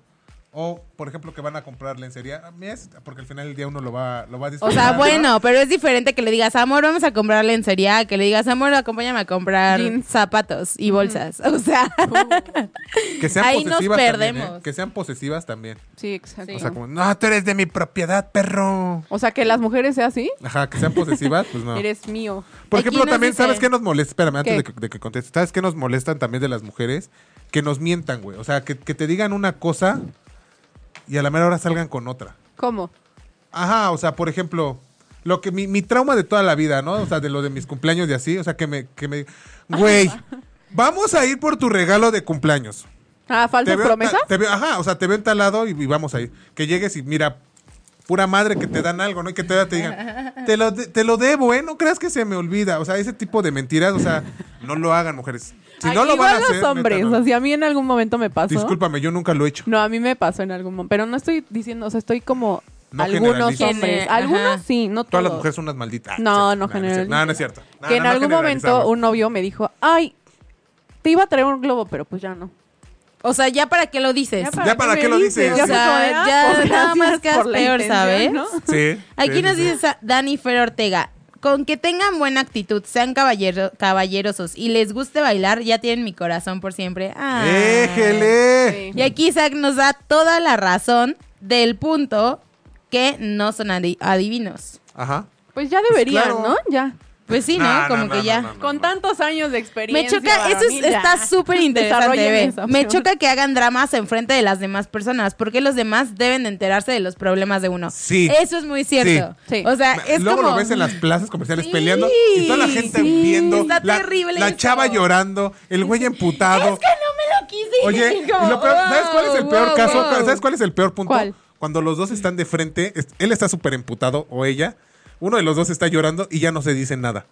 S5: O, por ejemplo, que van a comprar lencería, ah, mira, se- porque al final del día uno lo va, lo va a
S3: O
S5: disfrutar.
S3: sea,
S5: ¿no?
S3: bueno, pero es diferente que le digas, amor, vamos a comprar lencería, que le digas, amor, acompáñame a comprar
S4: Jeans.
S3: zapatos y bolsas. O sea,
S5: Que sean
S3: ahí nos
S5: posesivas también,
S3: perdemos.
S5: ¿eh? Que sean posesivas también.
S4: Sí, exacto.
S5: O sea, como, no, tú eres de mi propiedad, perro.
S4: que las mujeres sean así.
S5: Ajá, que sean posesivas, pues no.
S4: Eres mío.
S5: Por
S3: Aquí
S5: ejemplo,
S3: nos
S5: también,
S3: dice-
S5: ¿sabes qué nos molesta? Espérame, antes
S4: ¿Qué?
S5: de que, de que contestes. ¿Sabes qué nos molestan también de las mujeres? Que nos mientan, güey. O sea, que, que te digan una cosa y a la mera hora salgan con otra.
S4: ¿Cómo?
S5: Ajá, o sea, por ejemplo, lo que mi, mi trauma de toda la vida, ¿no? O sea, de lo de mis cumpleaños y así. O sea, que me... Que me güey, vamos a ir por tu regalo de cumpleaños.
S4: Ah,
S5: Te
S4: falsas
S5: veo en ta-
S4: promesas.
S5: te veo- ajá, o sea, te veo entalado y, y vamos a ir. Que llegues y mira, pura madre que te dan algo, ¿no? Y que te, te digan, te lo, de- te lo debo, ¿eh? No creas que se me olvida. O sea, ese tipo de mentiras, o sea, no lo hagan, mujeres. Si
S4: Ay,
S5: no lo
S4: Ah, igual
S5: van a hacer.
S4: los hombres.
S5: neta, no.
S4: O sea, a mí en algún momento me pasó.
S5: Discúlpame, yo nunca lo he hecho.
S4: No, a mí me pasó en algún momento. Pero no estoy diciendo, o sea, estoy como
S5: No
S4: algunos
S5: generalizo.
S4: hombres.
S3: Gene-
S4: algunos
S3: ajá.
S4: sí, no todos.
S5: Todas las mujeres son unas malditas.
S4: No,
S5: Sí,
S4: no
S5: es cierto.
S4: generalizo.
S5: No, no es cierto. No,
S4: que en
S5: no, no
S4: algún momento
S5: generalizamos.
S4: un novio me dijo, ay, te iba a traer un globo, pero pues ya no.
S3: o sea, ya para qué lo dices.
S5: ¿Ya para qué
S4: me
S5: lo dices?
S4: Ya
S5: O
S4: fue
S3: sea,
S4: como de, ah,
S3: ya
S4: pues,
S3: nada más
S4: gracias
S3: quedas
S4: por la
S3: peor,
S4: intención,
S3: ¿sabes?
S4: ¿no?
S5: Sí.
S3: Aquí
S5: sí,
S3: nos
S5: sí, sí.
S3: dice Sa- Dani Fer Ortega. Con que tengan buena actitud, sean caballero, caballerosos y les guste bailar, ya tienen mi corazón por siempre. Ay.
S5: ¡Déjele!
S3: Y aquí Isaac nos da toda la razón del punto que no son adi- adivinos.
S5: Ajá.
S4: Pues ya deberían,
S5: claro.
S4: ¿no? Ya.
S3: Pues sí, ¿no?
S5: No, no,
S3: Como
S5: no,
S3: que
S5: no,
S3: ya.
S5: no, no,
S4: Con
S5: no.
S4: tantos años de
S3: Me
S4: experiencia.
S3: choca, eso es-
S4: varonil,
S3: está
S4: ya.
S3: súper interesante.
S4: Desarrollen
S3: ve.
S4: esa
S3: Me
S4: opción.
S3: choca que hagan dramas enfrente de las demás personas, porque los demás deben de enterarse de los problemas de uno.
S5: Sí.
S3: Eso es muy cierto.
S4: Sí. Sí.
S3: O sea, Ah, es
S5: Luego
S3: como...
S5: lo ves en las plazas comerciales
S3: Sí,
S5: peleando y toda la gente
S3: sí.
S5: viendo.
S3: Está
S5: la,
S3: terrible
S5: La
S3: eso.
S5: chava llorando, el güey emputado.
S3: Es que no me lo quise.
S5: Oye, y
S3: Como,
S5: lo peor- ¿sabes cuál es el
S3: wow,
S5: peor
S3: wow,
S5: caso?
S3: wow.
S5: ¿Sabes cuál es el peor punto?
S4: ¿Cuál?
S5: Cuando los dos están de frente, es- él está súper emputado o ella, uno de los dos está llorando y ya no se dice nada.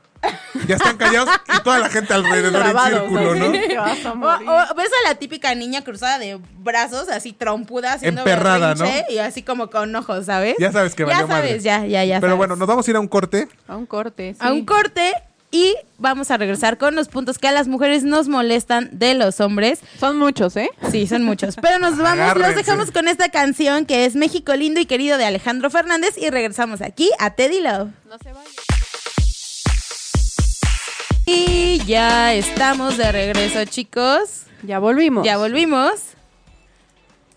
S5: Ya están callados y toda la gente alrededor en
S4: Trabados,
S5: círculo,
S4: así,
S5: ¿no?
S4: te vas a
S3: O,
S4: morir.
S3: o ves a la típica niña cruzada de brazos, así trompuda, haciendo
S5: Emperrada,
S3: berrinche Y así como con ojos, ¿sabes?
S5: Ya sabes que
S3: Ya
S5: valió
S3: sabes,
S5: madre.
S3: ya, ya, ya.
S5: Pero
S3: sabes.
S5: bueno, nos vamos a ir a un corte.
S4: A un corte. sí.
S3: a un corte y vamos a regresar con los puntos que a las mujeres nos molestan de los hombres.
S4: Son muchos, ¿eh?
S3: Sí, son muchos. Pero nos vamos,
S5: Agárrense.
S3: los dejamos con esta canción que es México lindo y querido de Alejandro Fernández y regresamos aquí a Teddy Love.
S4: No se vayan.
S3: Y ya estamos de regreso, chicos.
S4: Ya volvimos.
S3: Ya volvimos.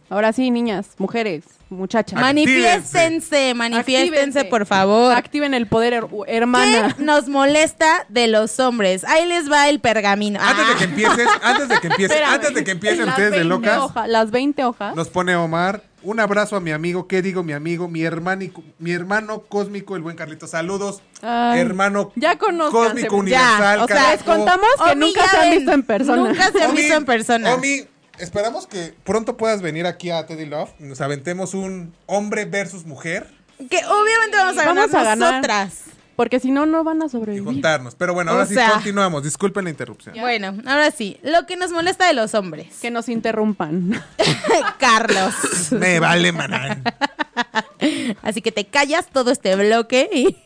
S4: Ahora sí, niñas, mujeres, muchachas.
S5: Mani-
S3: Manifiéstense, manifiéstense,
S4: Actívense.
S3: por favor.
S4: Activen el poder, her- hermana.
S3: ¿Qué nos molesta de los hombres? Ahí les va el pergamino.
S5: Antes de que
S3: Ah,
S5: empieces, antes de que empieces,
S4: Espérame.
S5: antes de que empiecen
S4: Las
S5: ustedes de
S4: 20
S5: locas,
S4: hoja- las 20
S3: ¿Ah?
S4: hojas.
S5: nos pone Omar. Un abrazo a mi amigo, ¿qué digo? Mi amigo, mi hermanico, mi hermano cósmico, el buen Carlito. Saludos,
S4: Ay,
S5: hermano
S4: ya conózcanse,
S5: cósmico
S4: ya,
S5: universal.
S3: o sea,
S5: carajo.
S4: Les contamos que
S3: Omi,
S4: nunca
S3: ya
S4: se han
S3: ven,
S4: visto en persona.
S3: Nunca se han
S5: Omi,
S3: visto en persona.
S5: Omi, esperamos que pronto puedas venir aquí a Teddy Love. Nos aventemos un hombre versus mujer
S3: Que obviamente vamos a ganar
S4: Vamos a ganar.
S3: nosotras.
S4: Porque si no, no van a
S5: y
S4: sobrevivir.
S5: juntarnos. Pero bueno,
S3: O
S5: ahora sí
S3: sea.
S5: continuamos. Disculpen la interrupción.
S3: Bueno, ahora sí. Lo que nos molesta de los hombres.
S4: Que nos interrumpan.
S3: Carlos.
S5: Me vale, maná.
S3: Así que te callas todo este bloque y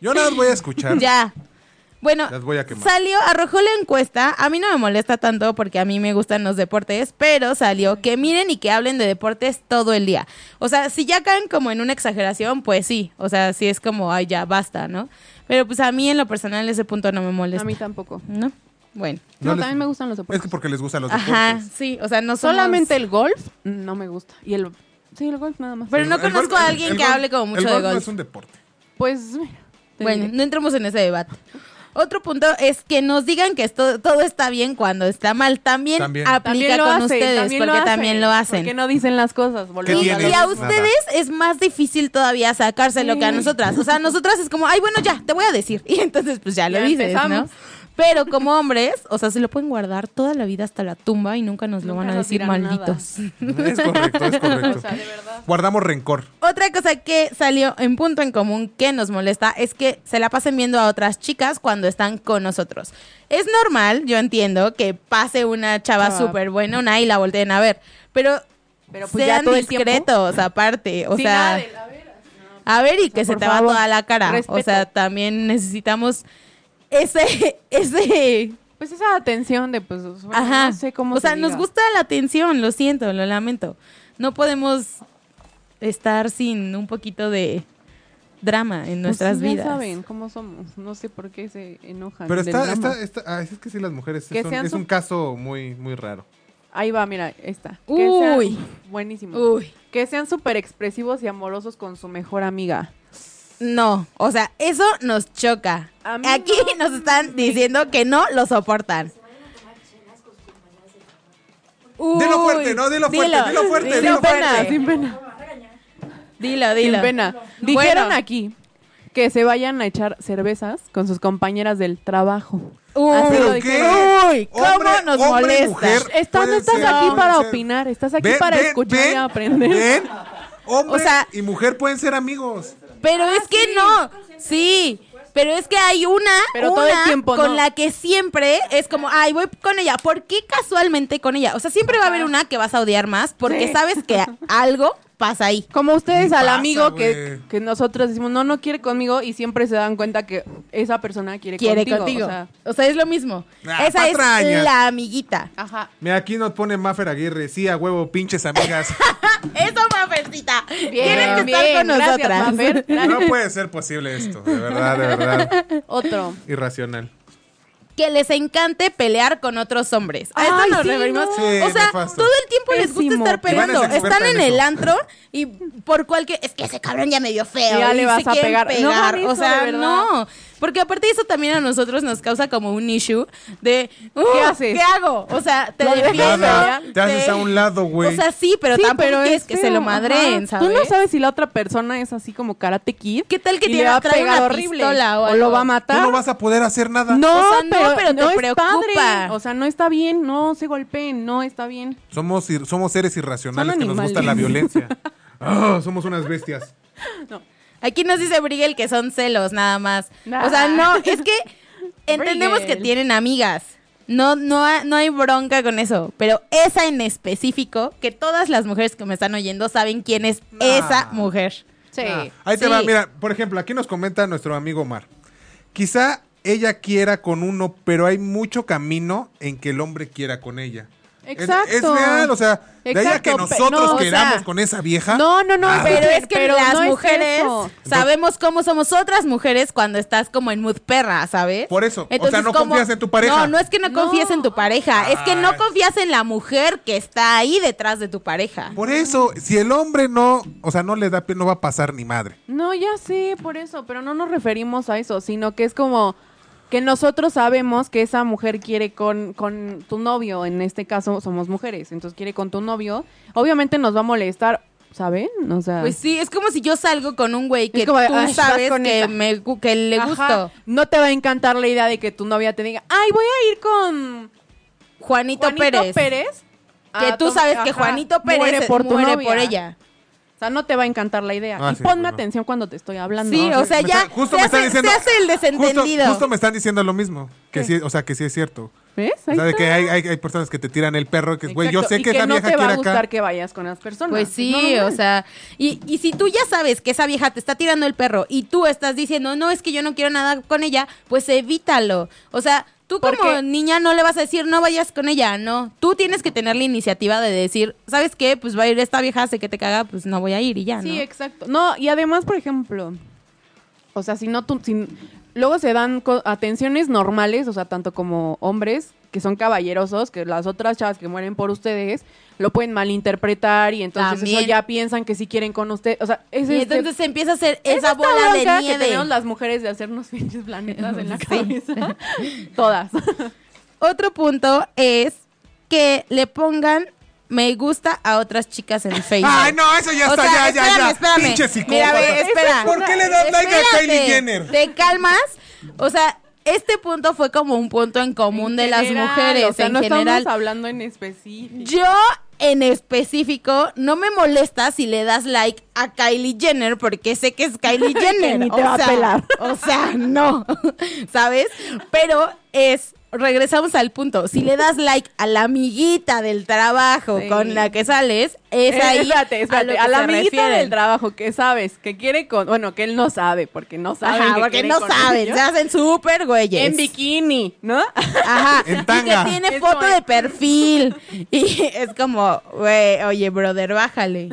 S5: Yo nada más voy a escuchar.
S3: ya. Bueno,
S5: Las voy a quemar.
S3: salió, arrojó la encuesta. A mí no me molesta tanto porque a mí me gustan los deportes, pero salió que miren y que hablen de deportes todo el día. O sea, si ya caen como en una exageración, pues sí. O sea, sí es como, ay, ya, basta, ¿no? Pero pues a mí en lo personal ese punto no me molesta.
S4: A mí tampoco.
S3: ¿No? Bueno.
S4: No,
S5: No les-
S4: también me gustan los
S5: Es
S4: deportes.
S5: que porque les gustan los deportes.
S3: Ajá, sí. O sea, no somos-
S4: Solamente el golf no me gusta. Y el. Sí, el golf nada más.
S3: Pero no
S5: El golf-
S3: conozco a alguien
S5: el
S3: que
S5: golf-
S3: hable como mucho
S5: el
S3: de
S5: no
S3: golf.
S5: es un deporte.
S4: pues. mira, te
S3: Bueno,
S4: diré.
S3: no entremos en ese debate. Otro punto es que nos digan que esto, todo está bien cuando está mal. También,
S5: También.
S3: aplica con ustedes, porque también lo hacen.
S4: Porque no dicen las cosas,
S5: ¿Qué
S4: volvemos
S3: Y,
S4: a
S5: tiene?
S4: lo
S3: y a
S4: mismo.
S3: ustedes es más difícil todavía sacárselo que a
S4: Sí.
S3: nosotras. O sea, a nosotras es como, ay, bueno, ya, te voy a decir. Y entonces, pues ya lo
S4: Ya
S3: dices, ¿no?
S4: empezamos.
S3: Pero como hombres, o sea, se lo pueden guardar toda la vida hasta la tumba y nunca nos lo
S4: Nunca
S3: van a
S4: nos
S3: decir
S4: dirán nada.
S3: malditos.
S5: Es correcto, es correcto.
S4: O sea, de verdad.
S5: Guardamos rencor.
S3: Otra cosa que salió en punto en común que nos molesta es que se la pasen viendo a otras chicas cuando están con nosotros. Es normal, yo entiendo, que pase una chava
S4: Chava.
S3: súper buena una y la volteen a ver, pero,
S4: Pero pues ya
S3: sean
S4: todo el
S3: discretos aparte, o
S4: Sin nada
S3: sea,
S4: de la vera.
S3: a ver y que se
S4: por
S3: te
S4: favor,
S3: va toda la cara. O
S4: respeto.
S3: sea, también necesitamos ese, ese,
S4: Pues esa atención de, pues, bueno,
S3: ajá.
S4: no sé cómo
S3: o
S4: se
S3: sea, nos
S4: diga.
S3: gusta la atención, lo siento, lo lamento. No podemos estar sin un poquito de drama en
S4: Pues
S3: nuestras
S4: sí, ya
S3: vidas.
S4: saben cómo somos. No sé por qué se enojan.
S5: Pero
S4: del
S5: está,
S4: drama.
S5: está, está- ah, es que sí, las mujeres
S4: Que
S5: es un,
S4: sean
S5: es
S4: su-
S5: un caso muy, muy raro.
S4: Ahí va, mira, esta.
S3: Uy.
S4: buenísimo.
S3: Uy.
S4: Que sean súper expresivos y amorosos con su mejor amiga.
S3: No, o sea, eso nos choca.
S4: A mí
S3: Aquí nos están diciendo que no lo soportan.
S5: Dilo
S3: Uy,
S5: fuerte, no, dilo fuerte, dilo fuerte,
S3: Sin
S5: dilo
S3: pena,
S4: Sin pena.
S3: Dilo,
S4: Sin
S3: dilo.
S4: pena. Dijeron aquí que se vayan a echar cervezas con sus compañeras del trabajo.
S3: Uy,
S4: Así lo
S5: ¿Pero
S4: dijeron.
S5: qué?
S3: Uy, cómo
S5: Hombre-
S3: nos
S5: hombre y
S3: molesta.
S5: mujer
S4: Estás,
S5: pueden
S4: estás
S5: ser-
S4: aquí
S5: pueden
S4: para
S5: ser-
S4: opinar, estás aquí
S5: Ven,
S4: para
S5: ven,
S4: escuchar y
S5: ven,
S4: aprender.
S5: ven. Hombre
S3: O sea-
S5: y mujer pueden ser amigos.
S3: Pero
S4: Ah,
S3: es que no, sí. Pero es que hay una,
S4: Pero
S3: una
S4: todo el tiempo
S3: con
S4: no.
S3: la que siempre es como, ay, voy con ella. ¿Por qué casualmente con ella? O sea, siempre va a haber una que vas a odiar más porque
S4: Sí.
S3: sabes que algo pasa ahí.
S4: Como ustedes al
S5: Pasa,
S4: amigo que,
S5: güey.
S4: que nosotros decimos, no, no quiere conmigo y siempre se dan cuenta que esa persona quiere,
S3: Quiere
S4: contigo.
S3: contigo.
S4: o sea,
S3: es lo mismo.
S5: Ah,
S3: Esa es
S5: patrañas.
S3: la amiguita.
S4: ajá.
S5: Mira, aquí nos pone Maffer Aguirre. Sí, a huevo, pinches amigas.
S3: Eso, mafercita. Tienen que estar con
S4: gracias,
S3: nosotras.
S4: Mafer.
S5: No puede ser posible esto. De verdad, de verdad.
S4: Otro.
S5: Irracional.
S3: que les encante pelear con otros hombres. A esto
S4: Ay,
S3: nos
S4: sí,
S3: referimos.
S4: no.
S5: Sí,
S3: o sea,
S5: nefasto.
S3: todo el tiempo les gusta
S4: Pésimo.
S3: estar
S5: Iván es
S3: peleando.
S5: experta
S3: Están
S5: en
S3: en el
S5: eso.
S3: antro y por cualquier. Es que ese cabrón ya me dio feo.
S4: Ya
S3: y
S4: le
S3: se
S4: vas a
S3: quieren
S4: pegar. No
S3: pegar.
S4: hagan
S3: o
S4: eso,
S3: sea,
S4: de verdad.
S3: no. Porque aparte eso también a nosotros nos causa como un issue de. "Uh,
S4: ¿Qué haces?
S3: ¿Qué hago? O sea, te
S4: Lo dejas
S3: defiendo.
S5: Nada, te haces
S3: te-
S5: a un lado,
S3: O
S5: güey.
S3: sea, sí, pero
S4: Sí,
S3: tampoco
S4: pero
S3: quieres
S4: es
S3: que se lo
S4: feo,
S3: madreen,
S4: ajá.
S3: ¿sabes?
S4: Tú no sabes si la otra persona es así como karate kid.
S3: ¿Qué tal que
S4: y
S3: tiene-
S4: le va a
S3: trae
S4: pegar
S3: una
S4: horrible?
S3: pistola o
S4: O
S3: algo?
S4: lo va a
S5: Tú
S4: matar.
S5: no vas a poder hacer nada.
S4: No,
S3: O sea, no,
S4: pero,
S3: pero te
S4: no es
S3: preocupa.
S4: padre. O sea, no está bien, no se golpeen, no está bien.
S5: Somos, ir- somos seres irracionales
S4: Son
S5: que nos gusta
S4: animales.
S5: la violencia. Ah, somos unas bestias.
S3: Aquí nos dice Brigel que son celos, nada más.
S4: Nah.
S3: O sea, no, es que entendemos que
S4: Brigel.
S3: tienen amigas. No, no, ha- no hay bronca con eso. Pero esa en específico, que todas las mujeres que me están oyendo saben quién es esa mujer.
S4: Sí.
S5: Ahí te
S3: Sí.
S5: va, mira, por ejemplo, aquí nos comenta nuestro amigo Omar. Quizá ella quiera con uno, pero hay mucho camino en que el hombre quiera con ella. Es-
S4: Exacto.
S5: Es, real, o sea, de ahí a que
S4: Exacto, pe-
S5: nosotros
S4: no, o
S5: queramos
S3: sea,
S5: con esa vieja.
S4: No, no, no.
S5: Ah,
S3: Pero es que
S4: pero
S3: las
S4: no es
S3: mujeres
S4: eso.
S3: sabemos cómo somos otras mujeres cuando estás como en mood perra, ¿sabes?
S5: Por eso, o sea, no confías en tu pareja.
S3: No, no es que no,
S4: No.
S3: confíes en tu pareja, es que no
S5: Ay.
S3: confías en la mujer que está ahí detrás de tu pareja.
S5: Por eso, si el hombre no, o sea, no le da pie, no va a pasar ni madre.
S4: No, ya sé, por eso, pero no nos referimos a eso, sino que es como que nosotros sabemos que esa mujer quiere con, con tu novio, en este caso somos mujeres, entonces quiere con tu novio, obviamente nos va a molestar, ¿saben? O sea,
S3: Pues sí, es como si yo salgo con un güey que
S4: Es como de,
S3: tú
S4: "Ay, vas
S3: sabes
S4: con
S3: que,
S4: esa".
S3: me, gu- que le
S4: ajá,
S3: gusto.
S4: no te va a encantar la idea de que tu novia te diga, ay, voy a ir con
S3: Juanito,
S4: Juanito
S3: Pérez.
S4: Pérez.
S3: Que
S4: a
S3: tú
S4: tom-
S3: sabes que
S4: ajá,
S3: Juanito Pérez muere por,
S4: tu novia".
S3: ella.
S4: O sea, no te va a encantar la idea.
S5: Ah,
S4: y
S5: sí,
S4: ponme
S5: pues no.
S4: atención cuando te estoy hablando.
S3: Sí, o sea,
S5: Me
S3: ya
S5: está-
S3: se,
S5: justo me
S3: hace,
S5: están diciendo,
S3: se hace el
S5: Justo,
S3: desentendido.
S5: justo me están diciendo lo mismo. Que sí, o sea, que sí es cierto.
S4: ¿Ves?
S5: O
S4: Ahí
S5: sea, de
S4: está.
S5: que hay, hay, hay personas que te tiran el perro, que güey, yo
S4: Exacto,
S5: sé
S4: y
S5: que esa vieja
S4: no te va
S5: quiere
S4: a gustar
S5: acá.
S4: que vayas con las personas.
S3: Pues
S4: Es
S3: sí,
S4: normal.
S3: o sea, y, y si tú ya sabes que esa vieja te está tirando el perro y tú estás diciendo, no, es que yo no quiero nada con ella, pues evítalo. O sea, tú como
S4: Porque-
S3: niña no le vas a decir, no vayas con ella, no. Tú tienes que tener la iniciativa de decir, ¿sabes qué? Pues va a ir esta vieja, sé que te caga, pues no voy a ir y ya, ¿no?
S4: Sí, exacto. No, y además, por ejemplo, o sea, si no tú, si- luego se dan co- atenciones normales, o sea, tanto como hombres que son caballerosos, que las otras chavas que mueren por ustedes lo pueden malinterpretar y entonces eso
S3: También.
S4: ya piensan que sí quieren con usted, o sea, es
S3: y
S4: este-
S3: entonces se empieza a hacer
S4: es
S3: esa
S4: esta
S3: bola
S4: bronca
S3: de
S4: que
S3: nieve.
S4: tenemos las mujeres de hacernos pinches planetas en la
S3: Sí.
S4: cabeza, todas.
S3: Otro punto es que le pongan me gusta a otras chicas en Facebook.
S5: Ay, no, eso ya
S3: O
S5: está,
S3: sea,
S5: ya, ya,
S3: espérame,
S5: ya.
S3: espérame.
S5: Pinche
S3: Mira, a
S5: psicópata.
S3: ver, espera.
S5: ¿Por qué le das like a
S3: Espérate,
S5: Kylie Jenner?
S3: ¿Te calmas? O sea, este punto fue como un punto en común
S4: En
S3: de las
S4: general,
S3: mujeres
S4: o sea,
S3: en
S4: no
S3: general.
S4: estamos hablando en específico.
S3: Yo en específico no me molesta si le das like a Kylie Jenner porque sé que es Kylie Jenner.
S4: ni te
S3: o,
S4: va a
S3: sea,
S4: pelar.
S3: o sea, no. ¿Sabes? Pero es regresamos al punto. Si le das like a la amiguita del trabajo
S4: Sí.
S3: con la que sales, es
S4: Eh,
S3: ahí
S4: espérate, espérate,
S3: a, lo que
S4: a la
S3: se
S4: amiguita
S3: refieren.
S4: del trabajo que sabes que quiere con, bueno, que él no sabe porque no sabe,
S3: Ajá, porque no saben, se hacen súper güeyes.
S4: en bikini, ¿no?
S3: Ajá.
S5: En tanga.
S3: Y que tiene
S4: Es
S3: foto
S4: como-
S3: de perfil. Y es como, güey, oye, brother, bájale.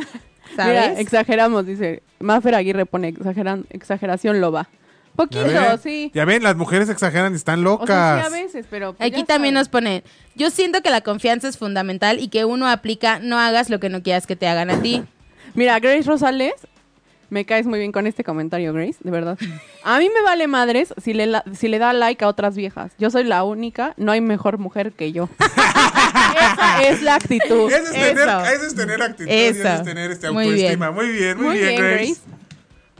S3: ¿Sabes?
S4: Mira, exageramos, dice. Mafer Aguirre pone exageran, exageración loba.
S5: Ya
S4: Poquito,
S5: ven,
S4: sí.
S5: Ya ven, las mujeres exageran y están
S4: O sea, sí
S5: locas.
S4: a veces, pero pues,
S3: Aquí
S4: ya
S3: también nos
S4: sabes.
S3: pone, yo siento que la confianza es fundamental y que uno aplica, no hagas lo que no quieras que te hagan a ti.
S4: Mira, Grace Rosales, me caes muy bien con este comentario, Grace, de verdad. A mí me vale madres si le la- si le da like a otras viejas. Yo soy la única, no hay mejor mujer que yo. Esa es la actitud.
S5: Eso es, tener,
S3: Eso.
S5: eso es tener actitud y
S3: Eso.
S5: eso es tener este
S3: Muy
S5: autoestima. Muy bien, muy, bien, Grace.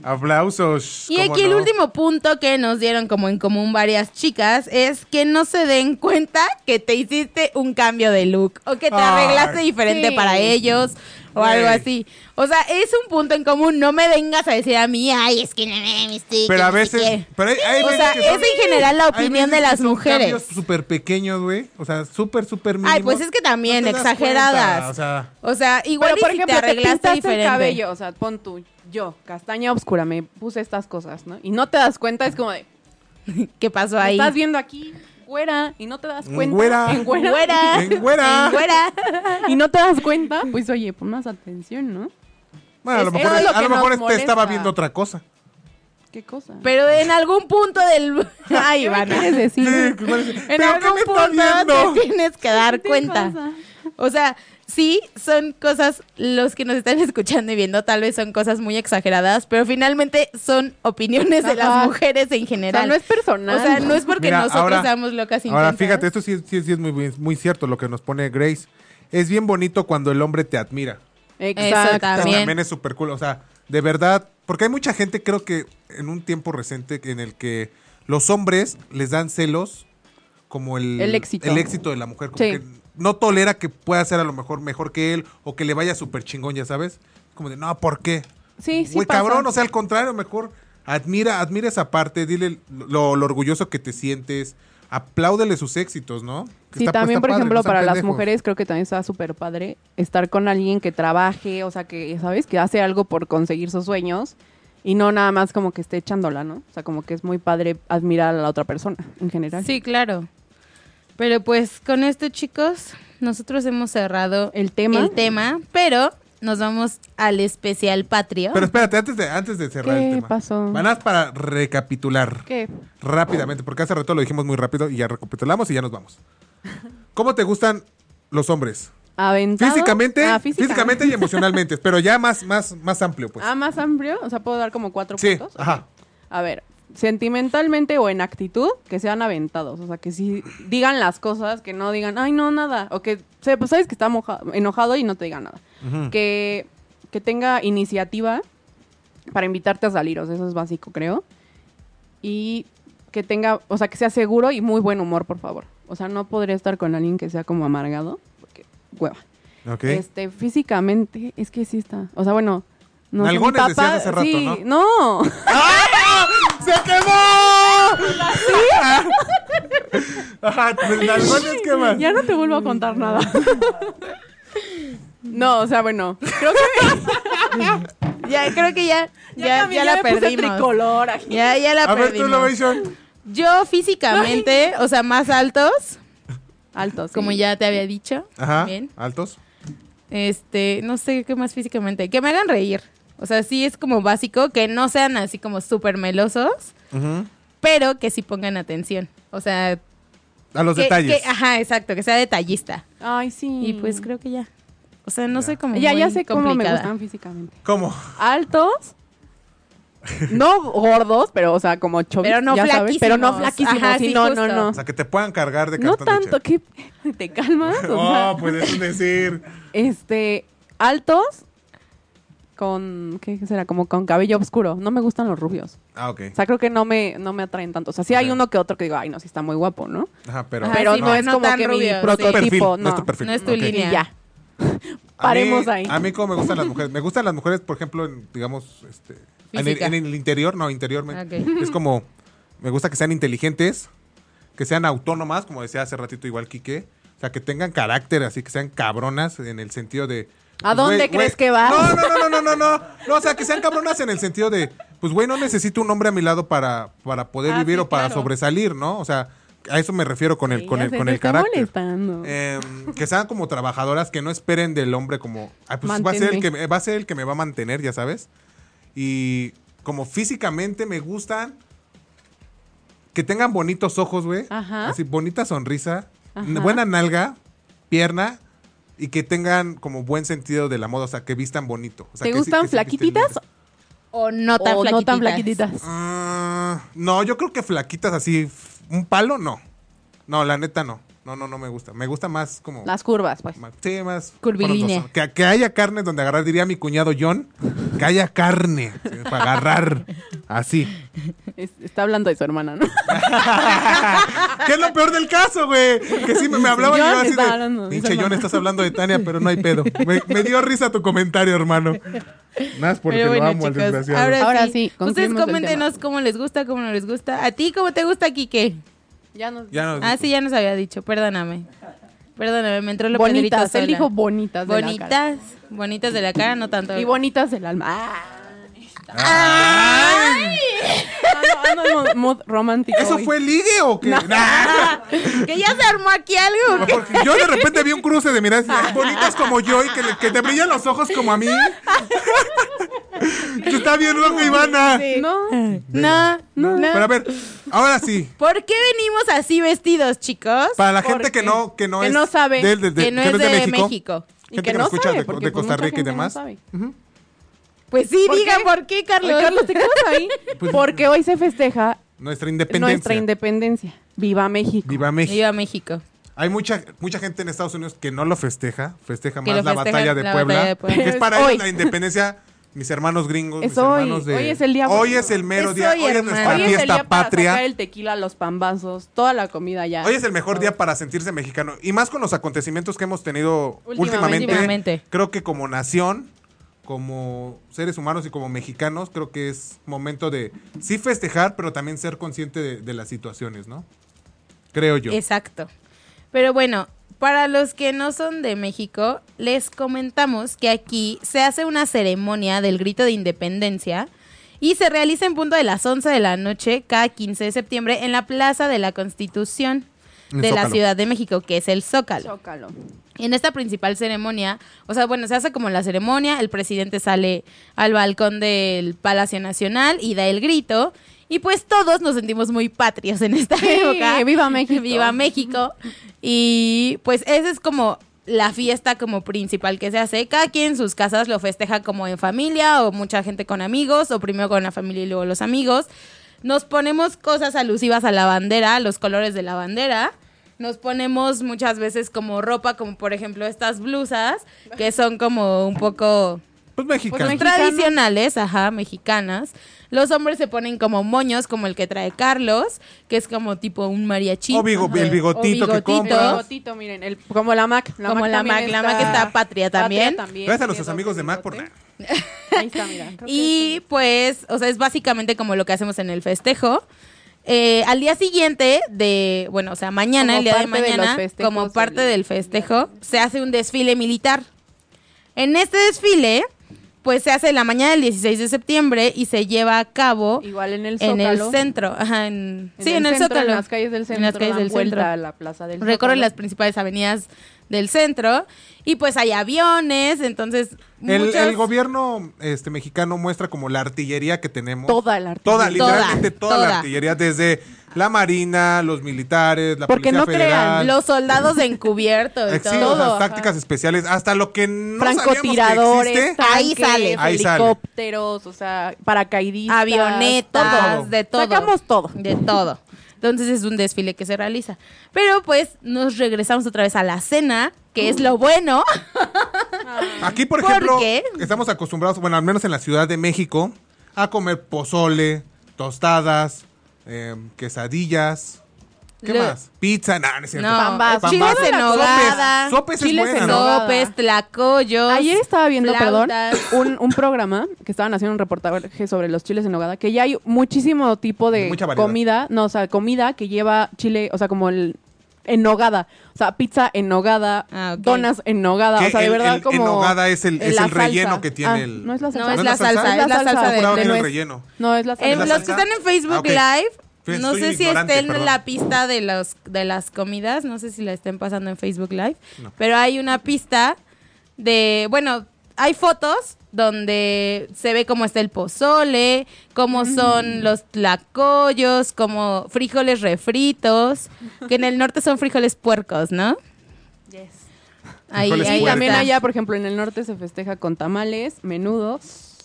S5: Aplausos.
S3: Y
S5: ¿cómo
S3: aquí el
S5: no?
S3: último punto que nos dieron como en común varias chicas es que no se den cuenta que te hiciste un cambio de look o que te
S5: Ay,
S3: arreglaste diferente
S4: sí.
S3: para ellos o
S5: Ah, Güey.
S3: algo así. O sea, es un punto en común. No me vengas a decir a mí, ay, es que no me vestí.
S5: Pero a veces. Pero hay, hay
S3: O
S5: veces
S3: sea,
S5: que son-
S3: es en general la
S5: hay
S3: opinión
S5: veces
S3: de
S5: que
S3: las
S5: son
S3: mujeres.
S5: cambios súper pequeños, güey. O sea, súper, súper mínimos.
S3: Ay, pues es que también,
S5: No te das cuenta,
S3: exageradas.
S5: O sea,
S3: O sea, igual
S4: Pero, por
S3: y si
S4: ejemplo,
S3: te arreglaste
S4: pintaste
S3: diferente.
S4: el cabello, o sea, pon tú, yo, castaña oscura, me puse estas cosas, ¿no? Y no te das cuenta, es como de,
S3: ¿Qué pasó
S4: me
S3: ahí?
S4: estás viendo aquí, güera, y no te das cuenta.
S5: Güera.
S4: en güera,
S3: Güera.
S5: En güera.
S3: En güera.
S4: Y no te das cuenta, pues oye, pon más atención, ¿no?
S5: bueno, a lo
S4: es-
S5: mejor,
S4: eso es lo
S5: a lo
S4: que
S5: mejor
S4: nos
S5: es- te estaba
S4: molesta.
S5: viendo otra cosa.
S4: ¿Qué cosa?
S3: Pero en algún punto del... Ay,
S4: ¿Qué me
S3: Ivana.
S4: quieres decir?
S5: Sí, ¿cuál es?
S3: En
S5: ¿Pero qué
S3: algún
S5: me está
S3: punto
S5: viendo?
S3: te tienes que dar
S4: ¿Qué
S3: cuenta.
S4: pasa?
S3: O sea, sí, son cosas, los que nos están escuchando y viendo, tal vez son cosas muy exageradas, pero finalmente son opiniones de las
S4: Ajá.
S3: mujeres en
S4: O sea,
S3: general.
S4: no es personal.
S3: O sea, no es porque
S5: Mira,
S3: nosotros
S5: ahora-
S3: seamos locas
S5: Ahora,
S3: intensas.
S5: fíjate, esto sí, sí- sí es muy, muy cierto lo que nos pone Grace. Es bien bonito cuando el hombre te admira.
S4: Exacto.
S3: Eso
S5: Eso
S3: También.
S5: también es súper cool. O sea, de verdad, porque hay mucha gente, creo que en un tiempo reciente en el que los hombres les dan celos como el,
S4: El éxito.
S5: éxito de la mujer. Como
S4: Sí.
S5: que no tolera que pueda ser a lo mejor mejor que él o que le vaya súper chingón, ya sabes. Como de, no, ¿por qué?
S4: Sí, sí.
S5: Güey,
S4: pasa.
S5: cabrón, o sea, al contrario, mejor admira, admira esa parte, dile lo, lo orgulloso que te sientes, apláudele sus éxitos, ¿no? Que
S4: Sí,
S5: está- pues,
S4: también,
S5: está
S4: por
S5: padre,
S4: ejemplo,
S5: no sean
S4: para las
S5: pendejos.
S4: mujeres creo que también está súper padre estar con alguien que trabaje, o sea, que, ¿sabes? Que hace algo por conseguir sus sueños y no nada más como que esté echándola, ¿no? O sea, como que es muy padre admirar a la otra persona en general.
S3: Sí, claro. Pero pues con esto, chicos, nosotros hemos cerrado
S4: El tema.
S3: el tema, pero nos vamos al especial patrio.
S5: Pero espérate, antes de, antes de cerrar el
S4: ¿Qué
S5: tema.
S4: pasó?
S5: Van a para recapitular
S4: ¿Qué?
S5: rápidamente, porque hace rato lo dijimos muy rápido y ya recapitulamos y ya nos vamos. ¿Cómo te gustan los hombres?
S4: ¿Aventado?
S5: Físicamente,
S4: Ah,
S5: físicamente. y emocionalmente, pero ya más, más, más amplio, pues.
S4: Ah, más amplio. O sea, puedo dar como cuatro
S5: sí,
S4: puntos.
S5: ajá.
S4: A ver, sentimentalmente o en actitud, que sean aventados. O sea, que sí digan las cosas, que no digan, ay, no, nada. O que, se- pues, sabes que está moja- enojado y no te diga nada. que, que tenga iniciativa para invitarte a salir. O sea, eso es básico, creo. Y que tenga, o sea, que sea seguro y muy buen humor, por favor. O sea, no podría estar con alguien que sea como amargado, porque hueva.
S5: Ok.
S4: Este, físicamente, es que sí está. O sea, bueno, no sé, mi
S5: Nalgones
S4: papá,
S5: decías hace rato,
S4: sí, ¿no?
S5: ¡Ah! ¡Se quemó! Ajá, pues, las gotas queman.
S4: Ya no te vuelvo a contar nada. No, o sea, bueno, creo que
S3: Ya, creo que ya, ya,
S4: cambié,
S3: ya la
S4: me puse
S3: perdimos.
S4: tricolor aquí.
S3: Ya, ya la
S5: A ver, tú,
S3: perdimos.
S5: Lovation.
S3: Yo físicamente, o sea, más altos,
S4: Altos.
S3: como ya te había dicho.
S5: Ajá.
S3: Bien.
S5: Altos.
S3: Este, no sé qué más físicamente. Que me hagan reír. O sea, sí es como básico, que no sean así como súper melosos, pero que sí pongan atención. O sea,
S5: A los
S3: que-
S5: detalles.
S3: que- ajá, exacto, que sea detallista.
S4: Ay, sí.
S3: Y pues creo que ya. O sea, no sé cómo.
S4: Mm. Ya, ya sé cómo me gustan físicamente.
S5: ¿Cómo?
S4: Altos. No gordos, pero o sea, como chovis,
S3: Pero no
S4: ya sabes,
S3: flaquísimos.
S4: pero no flaquísimos,
S3: Ajá,
S4: sí,
S3: sí,
S4: no,
S3: justo.
S4: no, no.
S5: O sea, que te puedan cargar de
S4: No
S5: cartón de
S4: tanto
S5: chef.
S4: que te calmas, o sea,
S5: Oh, pues es un decir.
S4: este altos con qué será, como con cabello oscuro. No me gustan los rubios.
S5: Ah, ok.
S4: O sea, creo que no me, no me atraen tanto. O sea, sí hay
S5: Ok.
S4: uno que otro que digo, ay, no, sí está muy guapo, ¿no?
S5: Ajá, pero.
S3: Ajá,
S4: Pero
S3: sí,
S4: no,
S3: pero
S4: es
S3: no
S4: como
S3: tan
S4: que
S3: rubio,
S4: mi
S3: sí.
S5: tu perfil,
S4: prototipo.
S5: no es tu perfil.
S3: No es tu
S5: Ok.
S4: Y
S3: línea.
S4: ya.
S5: A
S4: Paremos
S5: mí-
S4: ahí.
S5: A mí, como me gustan las mujeres. Me gustan las mujeres, por ejemplo, en, digamos, este. En el,
S3: Física.
S5: en el interior, no, interiormente.
S3: Ok.
S5: Es como. Me gusta que sean inteligentes, que sean autónomas, como decía hace ratito, igual Quique. O sea, que tengan carácter, así que sean cabronas en el sentido de. pues,
S4: ¿A dónde
S5: güey,
S4: crees
S5: güey,
S4: que vas?
S5: No, no, no, no, no, no, no. No, o sea, que sean cabronas en el sentido de, pues, güey, no necesito un hombre a mi lado para, para poder
S4: Ah,
S5: vivir
S4: sí,
S5: o para
S4: claro.
S5: sobresalir, ¿no? O sea, a eso me refiero con el, con
S4: Ya
S5: el,
S4: sé,
S5: con
S4: te
S5: el
S4: está
S5: carácter.
S4: molestando.
S5: Em, que sean como trabajadoras que no esperen del hombre como "Ay, pues va a ser el
S4: Manténme.
S5: que me- va a ser el que me va a mantener ya sabes y como físicamente me gustan que tengan bonitos ojos güey
S4: Ajá.
S5: así bonita sonrisa n-
S4: Ajá.
S5: buena nalga pierna y que tengan como buen sentido de la moda o sea que vistan bonito o sea,
S4: ¿Te
S5: que sí-
S4: gustan
S5: que sí visten bien.
S4: flaquititas
S3: O no tan
S4: o
S3: flaquititas.
S4: no tan flaquititas?
S5: Ah, no yo creo que flaquitas así f- un palo no no la neta no no no no me gusta me gusta más como
S4: Las curvas, pues.
S5: Ma- Sí, más.
S3: Curvilínea.
S5: frondoso. Que, que haya carne donde agarrar, diría mi cuñado John. Que haya carne sí, para agarrar. Así.
S4: Es- está hablando de su hermana, ¿no?
S5: ¿Qué es lo peor del caso, güey? Que sí, me, me hablaba y
S4: John
S5: yo así
S4: estaba
S5: de.
S4: hablando de
S5: Pinche
S4: su
S5: John,
S4: hermana".
S5: estás hablando de Tania, pero no hay pedo. Me, me dio risa tu comentario, hermano. Nada, es porque
S3: Pero
S5: lo
S3: bueno,
S5: amo al
S3: chicos,
S5: desgraciado.
S3: ahora,
S4: Ahora sí,
S3: sí. Ustedes
S4: concluimos el
S3: coméntenos cómo les gusta, cómo no les gusta. ¿A ti cómo te gusta, Quique?
S4: ya nos...
S5: Ya nos-
S3: Ah, sí, ya nos había dicho. Perdóname. Perdóname, me entró lo
S4: bonitas,
S3: Pedrito
S4: él
S3: Sola.
S4: dijo bonitas de la cara.
S3: Bonitas. Bonitas de la cara, no tanto.
S4: Y bonitas del alma. Ah.
S5: ¡Ay!
S4: Ando- ando en mo- mood romántico
S5: ¿Eso
S4: hoy.
S5: fue ligue o qué? Nah.
S3: que ya se armó aquí algo. ¿qué?
S5: Porque yo de repente vi un cruce de miradas así, bonitas como yo y que, le- que te brillan los ojos como a mí. que está bien loco, Ivana.
S4: No,
S3: No, no,
S5: Pero a ver, ahora sí.
S3: ¿Por qué venimos así vestidos, chicos?
S5: Para la
S4: ¿Por
S5: gente que
S4: qué?
S5: no, que no
S4: Que
S5: es
S4: no sabe,
S5: del- del- del-
S3: que no
S5: que
S3: es de México.
S4: y que,
S5: gente que me
S4: no
S5: escucha
S4: sabe,
S5: de-
S4: porque
S5: de
S4: pues,
S5: Costa
S4: mucha
S5: Rica y
S4: gente no
S5: demás.
S4: sabe.
S3: Pues sí,
S4: ¿Por
S3: digan
S4: qué?
S3: por qué, Carlos.
S4: Ay, Carlos, ¿te quedas ahí?
S5: Pues
S4: Porque hoy se festeja
S5: nuestra independencia.
S4: nuestra independencia. Viva México.
S5: Viva México.
S3: Viva México.
S5: Hay mucha mucha gente en Estados Unidos que no lo festeja, festeja
S3: Que lo
S5: más la
S3: festeja
S5: batalla de
S3: la
S5: Puebla,
S3: batalla de Puebla.
S5: que es
S4: Pero
S5: para
S4: es
S5: ellos
S4: hoy.
S5: la independencia. Mis hermanos gringos,
S4: Es
S5: mis
S4: hoy,
S5: hermanos de
S4: hoy es el día
S5: Hoy
S4: bueno.
S5: es el mero
S3: Es
S5: día,
S3: hoy,
S5: hoy es
S3: hermano.
S4: Hoy
S5: nuestra
S4: es el
S5: fiesta
S4: día para
S5: patria.
S4: sacar el tequila, los pambazos, toda la comida ya.
S5: Hoy es el mejor día para sentirse mexicano. Y más con los acontecimientos que hemos tenido últimamente.
S4: Últimamente.
S3: Últimamente.
S5: Creo que como nación, como seres humanos y como mexicanos, creo que es momento de sí festejar, pero también ser consciente de, de las situaciones, ¿no? Creo yo.
S3: Exacto. Pero bueno, para los que no son de México, les comentamos que aquí se hace una ceremonia del grito de independencia y se realiza en punto de las 11 de la noche cada 15 de septiembre en la Plaza de la Constitución
S5: En
S3: de la
S5: Zócalo.
S3: Ciudad de México, que es el Zócalo.
S4: Zócalo.
S3: En esta principal ceremonia, o sea, bueno, se hace como la ceremonia, el presidente sale al balcón del Palacio Nacional y da el grito. Y pues todos nos sentimos muy patrios en esta
S4: Sí,
S3: época.
S4: viva México.
S3: ¡Viva México! Y pues esa es como la fiesta como principal que se hace. Cada quien en sus casas lo festeja como en familia o mucha gente con amigos o primero con la familia y luego los amigos. Nos ponemos cosas alusivas a la bandera, a los colores de la bandera. Nos ponemos muchas veces como ropa, como por ejemplo estas blusas, que son como un poco
S5: Pues mexicano.
S4: Pues México. Mexicanas.
S3: tradicionales, ajá, mexicanas. Los hombres se ponen como moños, como el que trae Carlos, que es como tipo un mariachi.
S5: O bigo- el bigotito que
S4: El
S5: compras.
S4: bigotito, miren, el- como la Mac.
S3: Como la Mac,
S4: también
S3: la Mac está patria también.
S5: Gracias a los
S4: tiene
S5: amigos de Mac por
S4: bigote.
S5: nada.
S4: Ahí está, mira. creo que
S3: Y pues, o sea, es básicamente como lo que hacemos en el festejo. Eh, al día siguiente de, bueno, o sea, mañana,
S4: Como
S3: el día de
S4: parte de los
S3: mañana,
S4: festejos,
S3: como parte
S4: el-
S3: del festejo, se hace un desfile militar. En este desfile, pues se hace la mañana del 16 de septiembre y se lleva a cabo
S4: es Igual en el
S3: en
S4: Zócalo.
S3: el centro. Ajá, en, sí, en el,
S4: centro,
S3: Zócalo.
S4: En las calles del centro.
S3: En las calles
S4: dan
S3: del
S4: vuelta
S3: centro.
S4: a la plaza del
S3: Recorre
S4: Zócalo.
S3: las principales avenidas del centro y pues hay aviones, entonces
S5: El,
S3: muchas-
S5: el gobierno este, mexicano muestra como la artillería que tenemos.
S4: Toda la
S5: Toda,
S4: artillería.
S5: literalmente toda,
S3: toda.
S5: la artillería, desde la marina, los militares, la
S4: Porque
S5: policía
S4: no
S5: federal.
S4: crean,
S3: los soldados encubiertos y
S5: Ex- sí,
S3: todo.
S5: o sea,
S4: Todo,
S5: tácticas especiales, hasta lo que no sabíamos que
S4: francotiradores,
S5: existe.
S3: ta- Ahí
S4: tanques,
S3: sale.
S5: Ahí sale.
S4: helicópteros, o sea, paracaidistas,
S3: avionetas,
S4: todo.
S3: de todo.
S4: Sacamos todo.
S3: De todo. Entonces es un desfile que se realiza. Pero pues nos regresamos otra vez a la cena, que es lo bueno.
S5: Aquí, por
S3: ¿Por
S5: ejemplo,
S3: qué?
S5: estamos acostumbrados, bueno, al menos en la Ciudad de México, a comer pozole, tostadas, eh, quesadillas. ¿Qué
S3: Lo-
S5: más? Pizza, nada, no es cierto.
S3: No,
S4: Pambazos.
S3: chiles
S5: Pambazos.
S3: en
S5: Sopes.
S3: nogada.
S5: Sopes es
S4: Chiles en
S5: buena, ¿no?
S4: nogada.
S3: Sopes, tlacoyos.
S4: Ayer estaba viendo,
S3: flautas.
S4: perdón, un, un programa que estaban haciendo un reportaje sobre los chiles en nogada, que ya hay muchísimo tipo de
S5: Mucha variedad.
S4: comida, no, o sea, comida que lleva chile, o sea, como el en nogada, o sea, pizza en nogada,
S3: Ah, ok.
S4: donas en nogada,
S5: Que
S4: o sea, de
S5: el-
S4: verdad
S5: el-
S4: como
S5: en nogada es el- es
S4: la
S5: el relleno
S4: salsa.
S5: que tiene
S4: Ah,
S5: el-
S4: no es la salsa,
S3: No, es la salsa, es la salsa
S5: Juraba
S3: de
S5: que era el
S4: nuez.
S5: relleno.
S4: No, es la
S3: Eh,
S4: salsa.
S5: ¿Es la
S3: los que
S5: salsa?
S3: están en Facebook
S5: Ah, ok.
S3: Live,
S5: Fui-
S3: no
S5: soy
S3: sé si
S5: ignorante,
S3: estén
S5: perdón.
S3: la pista de, los, de las comidas, no sé si la estén pasando en Facebook Live, pero hay una pista de, bueno, hay fotos donde se ve cómo está el pozole, cómo son los tlacoyos, como frijoles refritos, que en el norte son frijoles puercos, ¿no? Ahí,
S5: Frijoles
S3: ahí
S4: Y también
S3: está.
S4: allá, por ejemplo, en el norte se festeja con tamales, menudos,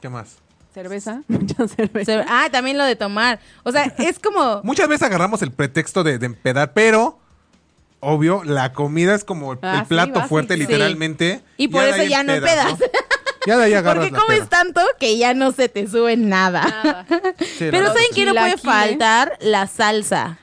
S5: ¿Qué más?
S4: cerveza, mucha cerveza.
S3: Se- Ah, también lo de tomar. O sea, es como...
S5: Muchas veces agarramos el pretexto de, de empedar, pero obvio, la comida es como el,
S4: Ah,
S5: el
S4: sí,
S5: plato
S4: básico.
S5: fuerte,
S4: Sí.
S5: literalmente.
S3: Y por
S5: de
S3: eso
S5: ahí
S3: ya no empedas.
S5: Ya de ahí agarras
S3: Porque
S5: la peda.
S3: comes tanto que ya no se te sube nada.
S5: Sí, la
S3: Ah, Pero
S5: verdad
S3: ¿saben
S5: que
S3: que no puede
S4: Chilaquiles.
S3: faltar? La salsa.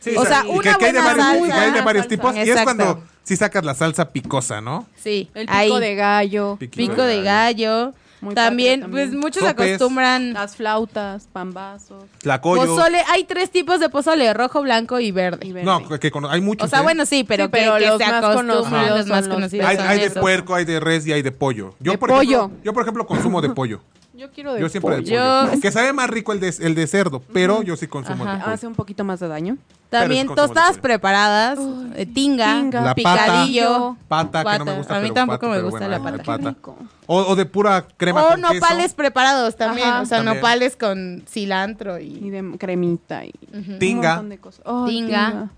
S5: sí.
S3: o
S5: Sí,
S3: sea,
S5: sí.
S3: una
S5: que hay de
S3: buena
S5: varios, y que hay de
S3: salsa.
S5: varios tipos. Y es
S3: Exacto.
S5: cuando sí sacas la salsa picosa, ¿no?
S3: Sí,
S4: El pico
S3: ahí.
S4: de gallo,
S5: Pico
S3: Pico de gallo.
S4: Muy
S3: También,
S4: padre
S3: pues
S4: también.
S3: muchos
S5: Sopes. Mm.
S3: acostumbran
S4: las flautas, pambazos
S5: Tlacoyo.
S3: pozole. Hay tres tipos de pozole, rojo, blanco y verde.
S4: y verde.
S5: No, que cono- hay muchos.
S3: O sea,
S5: ¿eh?
S3: bueno, sí, pero,
S4: Sí, pero
S3: que, que
S4: los
S3: se
S4: más
S3: acostumbran
S4: conocidos
S3: los más
S4: son los
S3: conocidos.
S5: hay,
S3: son
S5: hay de
S3: esos.
S5: puerco, hay de res y hay de pollo. Yo,
S4: De
S5: por ejemplo,
S4: pollo.
S5: yo, por ejemplo, consumo de pollo.
S4: yo quiero de
S5: Yo siempre de
S4: pollo.
S5: pollo.
S3: Yo-
S5: Que sabe más rico el de, el de cerdo, pero yo sí consumo
S3: Ajá.
S5: el de pollo.
S4: Hace un poquito más de daño.
S3: También
S5: Pero es consumo de
S3: tostadas
S5: pollo.
S3: preparadas, eh, tinga,
S4: Tinga.
S5: La pata.
S3: picadillo.
S5: Pata, que no me
S3: Pata.
S5: gusta.
S3: A mí
S5: pero
S3: tampoco
S5: pata,
S3: me
S5: pero
S3: gusta
S5: bueno,
S3: la
S5: hay
S3: pata.
S4: Qué rico.
S5: O, o de pura crema
S3: O
S5: con queso.
S3: nopales preparados también.
S4: Ajá.
S3: O sea,
S5: También.
S3: nopales con cilantro
S4: Y
S3: y.
S4: de cremita y un
S5: Tinga,
S4: montón de cosas. Ay,
S3: Tinga.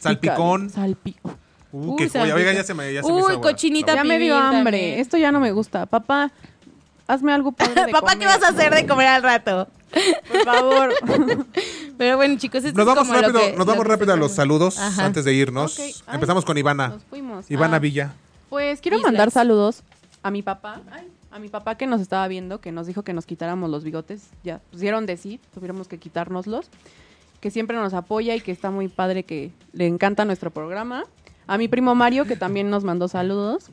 S5: salpicón.
S4: Pica- Salpico.
S5: Uh,
S3: Uy,
S5: qué joya.
S3: salpicón.
S5: Oiga, ya se me, ya se me
S3: Uy,
S5: hizo agua.
S3: cochinita.
S4: Ya me
S3: pibil
S4: dio hambre.
S3: también.
S4: Esto ya no me gusta. Papá, hazme algo padre de
S3: Papá, ¿qué
S4: comer.
S3: vas a hacer de comer al rato?
S4: Por favor.
S3: Pero bueno, chicos, esto
S5: Nos
S3: es
S5: vamos
S3: como lo
S5: rápido,
S3: que-
S5: nos vamos
S3: lo que
S5: rápido a los
S3: se-
S5: saludos
S3: Ajá.
S5: antes de irnos.
S4: Ok, ay,
S5: Empezamos con Ivana.
S4: Nos fuimos.
S5: Ivana
S4: Ah.
S5: Villa.
S4: Pues quiero
S3: Islas.
S4: mandar saludos a mi papá, ay, a mi papá que nos estaba viendo, que nos dijo que nos quitáramos los bigotes, ya pusieron de sí, tuviéramos que quitárnoslos, que siempre nos apoya y que está muy padre, que le encanta nuestro programa. A mi primo Mario, que también nos mandó saludos.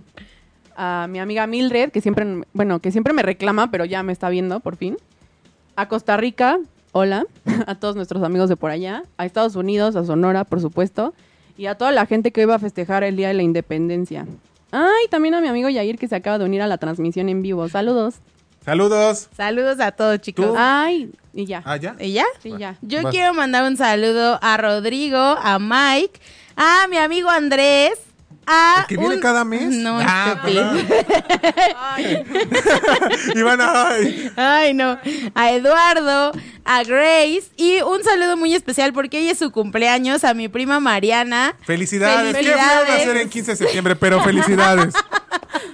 S4: a mi amiga Mildred, que siempre, bueno, que siempre me reclama, pero ya me está viendo por fin. A Costa Rica, hola, a todos nuestros amigos de por allá, a Estados Unidos, a Sonora, por supuesto, y a toda la gente que hoy va a festejar el Día de la Independencia. Ay, también a mi amigo Yair que se acaba de unir a la transmisión en vivo. Saludos.
S5: Saludos.
S3: Saludos a todos, chicos. Ah,
S4: Ay, y ya.
S5: Oh. Ah, ya.
S3: ¿Y ya?
S4: Sí, ya.
S3: Yo
S5: Vas.
S3: quiero mandar un saludo a Rodrigo, a Mike, a mi amigo Andrés, a.
S5: ¿El que viene
S3: un-
S5: cada mes?
S3: Ah, No,
S5: Ah,
S3: este
S5: perdón. Iván, ay.
S3: Ay, no. A Eduardo, a Grace y un saludo muy especial porque hoy es su cumpleaños a mi prima Mariana.
S5: Felicidades. ¿Qué
S3: Felicidades.
S5: feo nacer en 15 de septiembre, pero felicidades.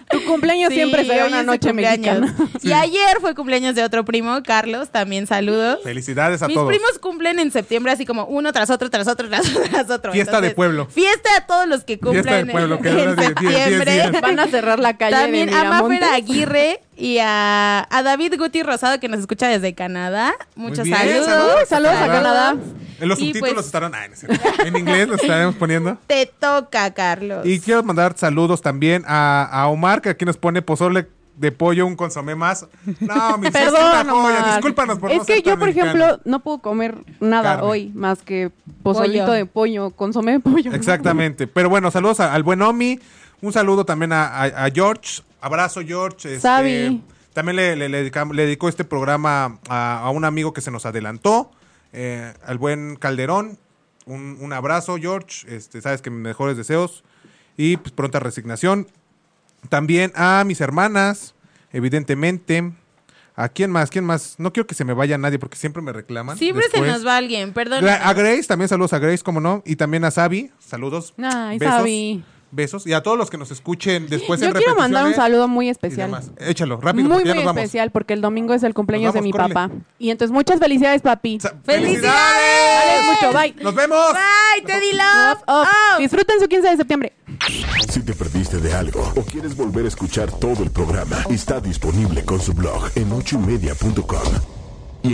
S4: Tu cumpleaños
S3: Sí,
S4: siempre será
S3: hoy
S4: una
S3: es su
S4: noche
S3: cumpleaños.
S4: mexicana.
S3: Y ayer fue cumpleaños de otro primo, Carlos, también saludos.
S5: Felicidades a
S3: Mis
S5: todos.
S3: primos cumplen en septiembre así como uno tras otro, tras otro, tras otro, tras otro.
S5: Fiesta de pueblo.
S3: Fiesta a todos los que cumplen
S5: Fiesta de pueblo, que
S3: en,
S5: dura de diez- diez
S3: septiembre.
S5: días.
S4: Van a cerrar la calle
S3: También ah,
S4: de
S3: a Mafer
S4: Miramontes.
S3: Aguirre y a, a David Guti Rosado que nos escucha desde Canadá. Muchos
S5: bien,
S3: saludos.
S5: saludos a
S4: Saludos a Canadá.
S5: Los
S3: Y
S5: subtítulos
S3: pues-
S5: estarán ah, no es cierto. en inglés, los estaremos poniendo.
S3: Te toca, Carlos.
S5: Y quiero mandar saludos también a, a Omar, que aquí nos pone pozole de pollo, un consomé más. No,
S3: ah,
S5: mi es una
S4: Perdón,
S5: joya.
S4: Omar.
S5: Discúlpanos por
S4: Es
S5: no
S4: que
S5: ser
S4: yo,
S5: tan
S4: por
S5: mexicanos.
S4: ejemplo, no puedo comer nada
S5: Carne.
S4: hoy más que pozolito
S3: Pollo.
S4: de pollo, consomé de pollo.
S5: Exactamente. Pero bueno, saludos a- al buen Omi. Un saludo también a, a- a George. Abrazo, George. Este,
S4: Sabi.
S5: También le, le- le dedicam- le dedicó este programa a, a un amigo que se nos adelantó, eh, al buen Calderón. Un, un abrazo, George. Este, sabes que mis mejores deseos y pues, pronta resignación. También a mis hermanas, evidentemente. ¿A quién más? ¿Quién más? No quiero que se me vaya nadie porque siempre me reclaman.
S3: Siempre
S5: después.
S3: se nos va alguien, perdón.
S5: La- a Grace, también saludos a Grace, como no. Y también a Sabi, saludos.
S4: Ay,
S5: besos,
S4: Sabi.
S5: Besos. Y a todos los que nos escuchen después
S4: Yo
S5: Pues en
S4: quiero mandar un
S5: repeticiones
S4: saludo muy
S5: y
S4: especial.
S5: demás. Échalo, rápido,
S4: Muy,
S5: porque ya
S4: muy
S5: nos vamos.
S4: especial, porque el domingo es el cumpleaños de
S5: vamos,
S4: mi
S5: córrele.
S4: papá. Y entonces, muchas felicidades, papi.
S5: Sa-
S4: Vale mucho, bye.
S5: ¡Nos vemos!
S3: Bye, Teddy
S4: Love,
S3: Love.
S4: off.
S3: Oh.
S4: Disfruten su 15 de septiembre.
S8: Si te perdiste de algo o quieres volver a escuchar todo el programa, está disponible con su blog en ochoymedia.com. Y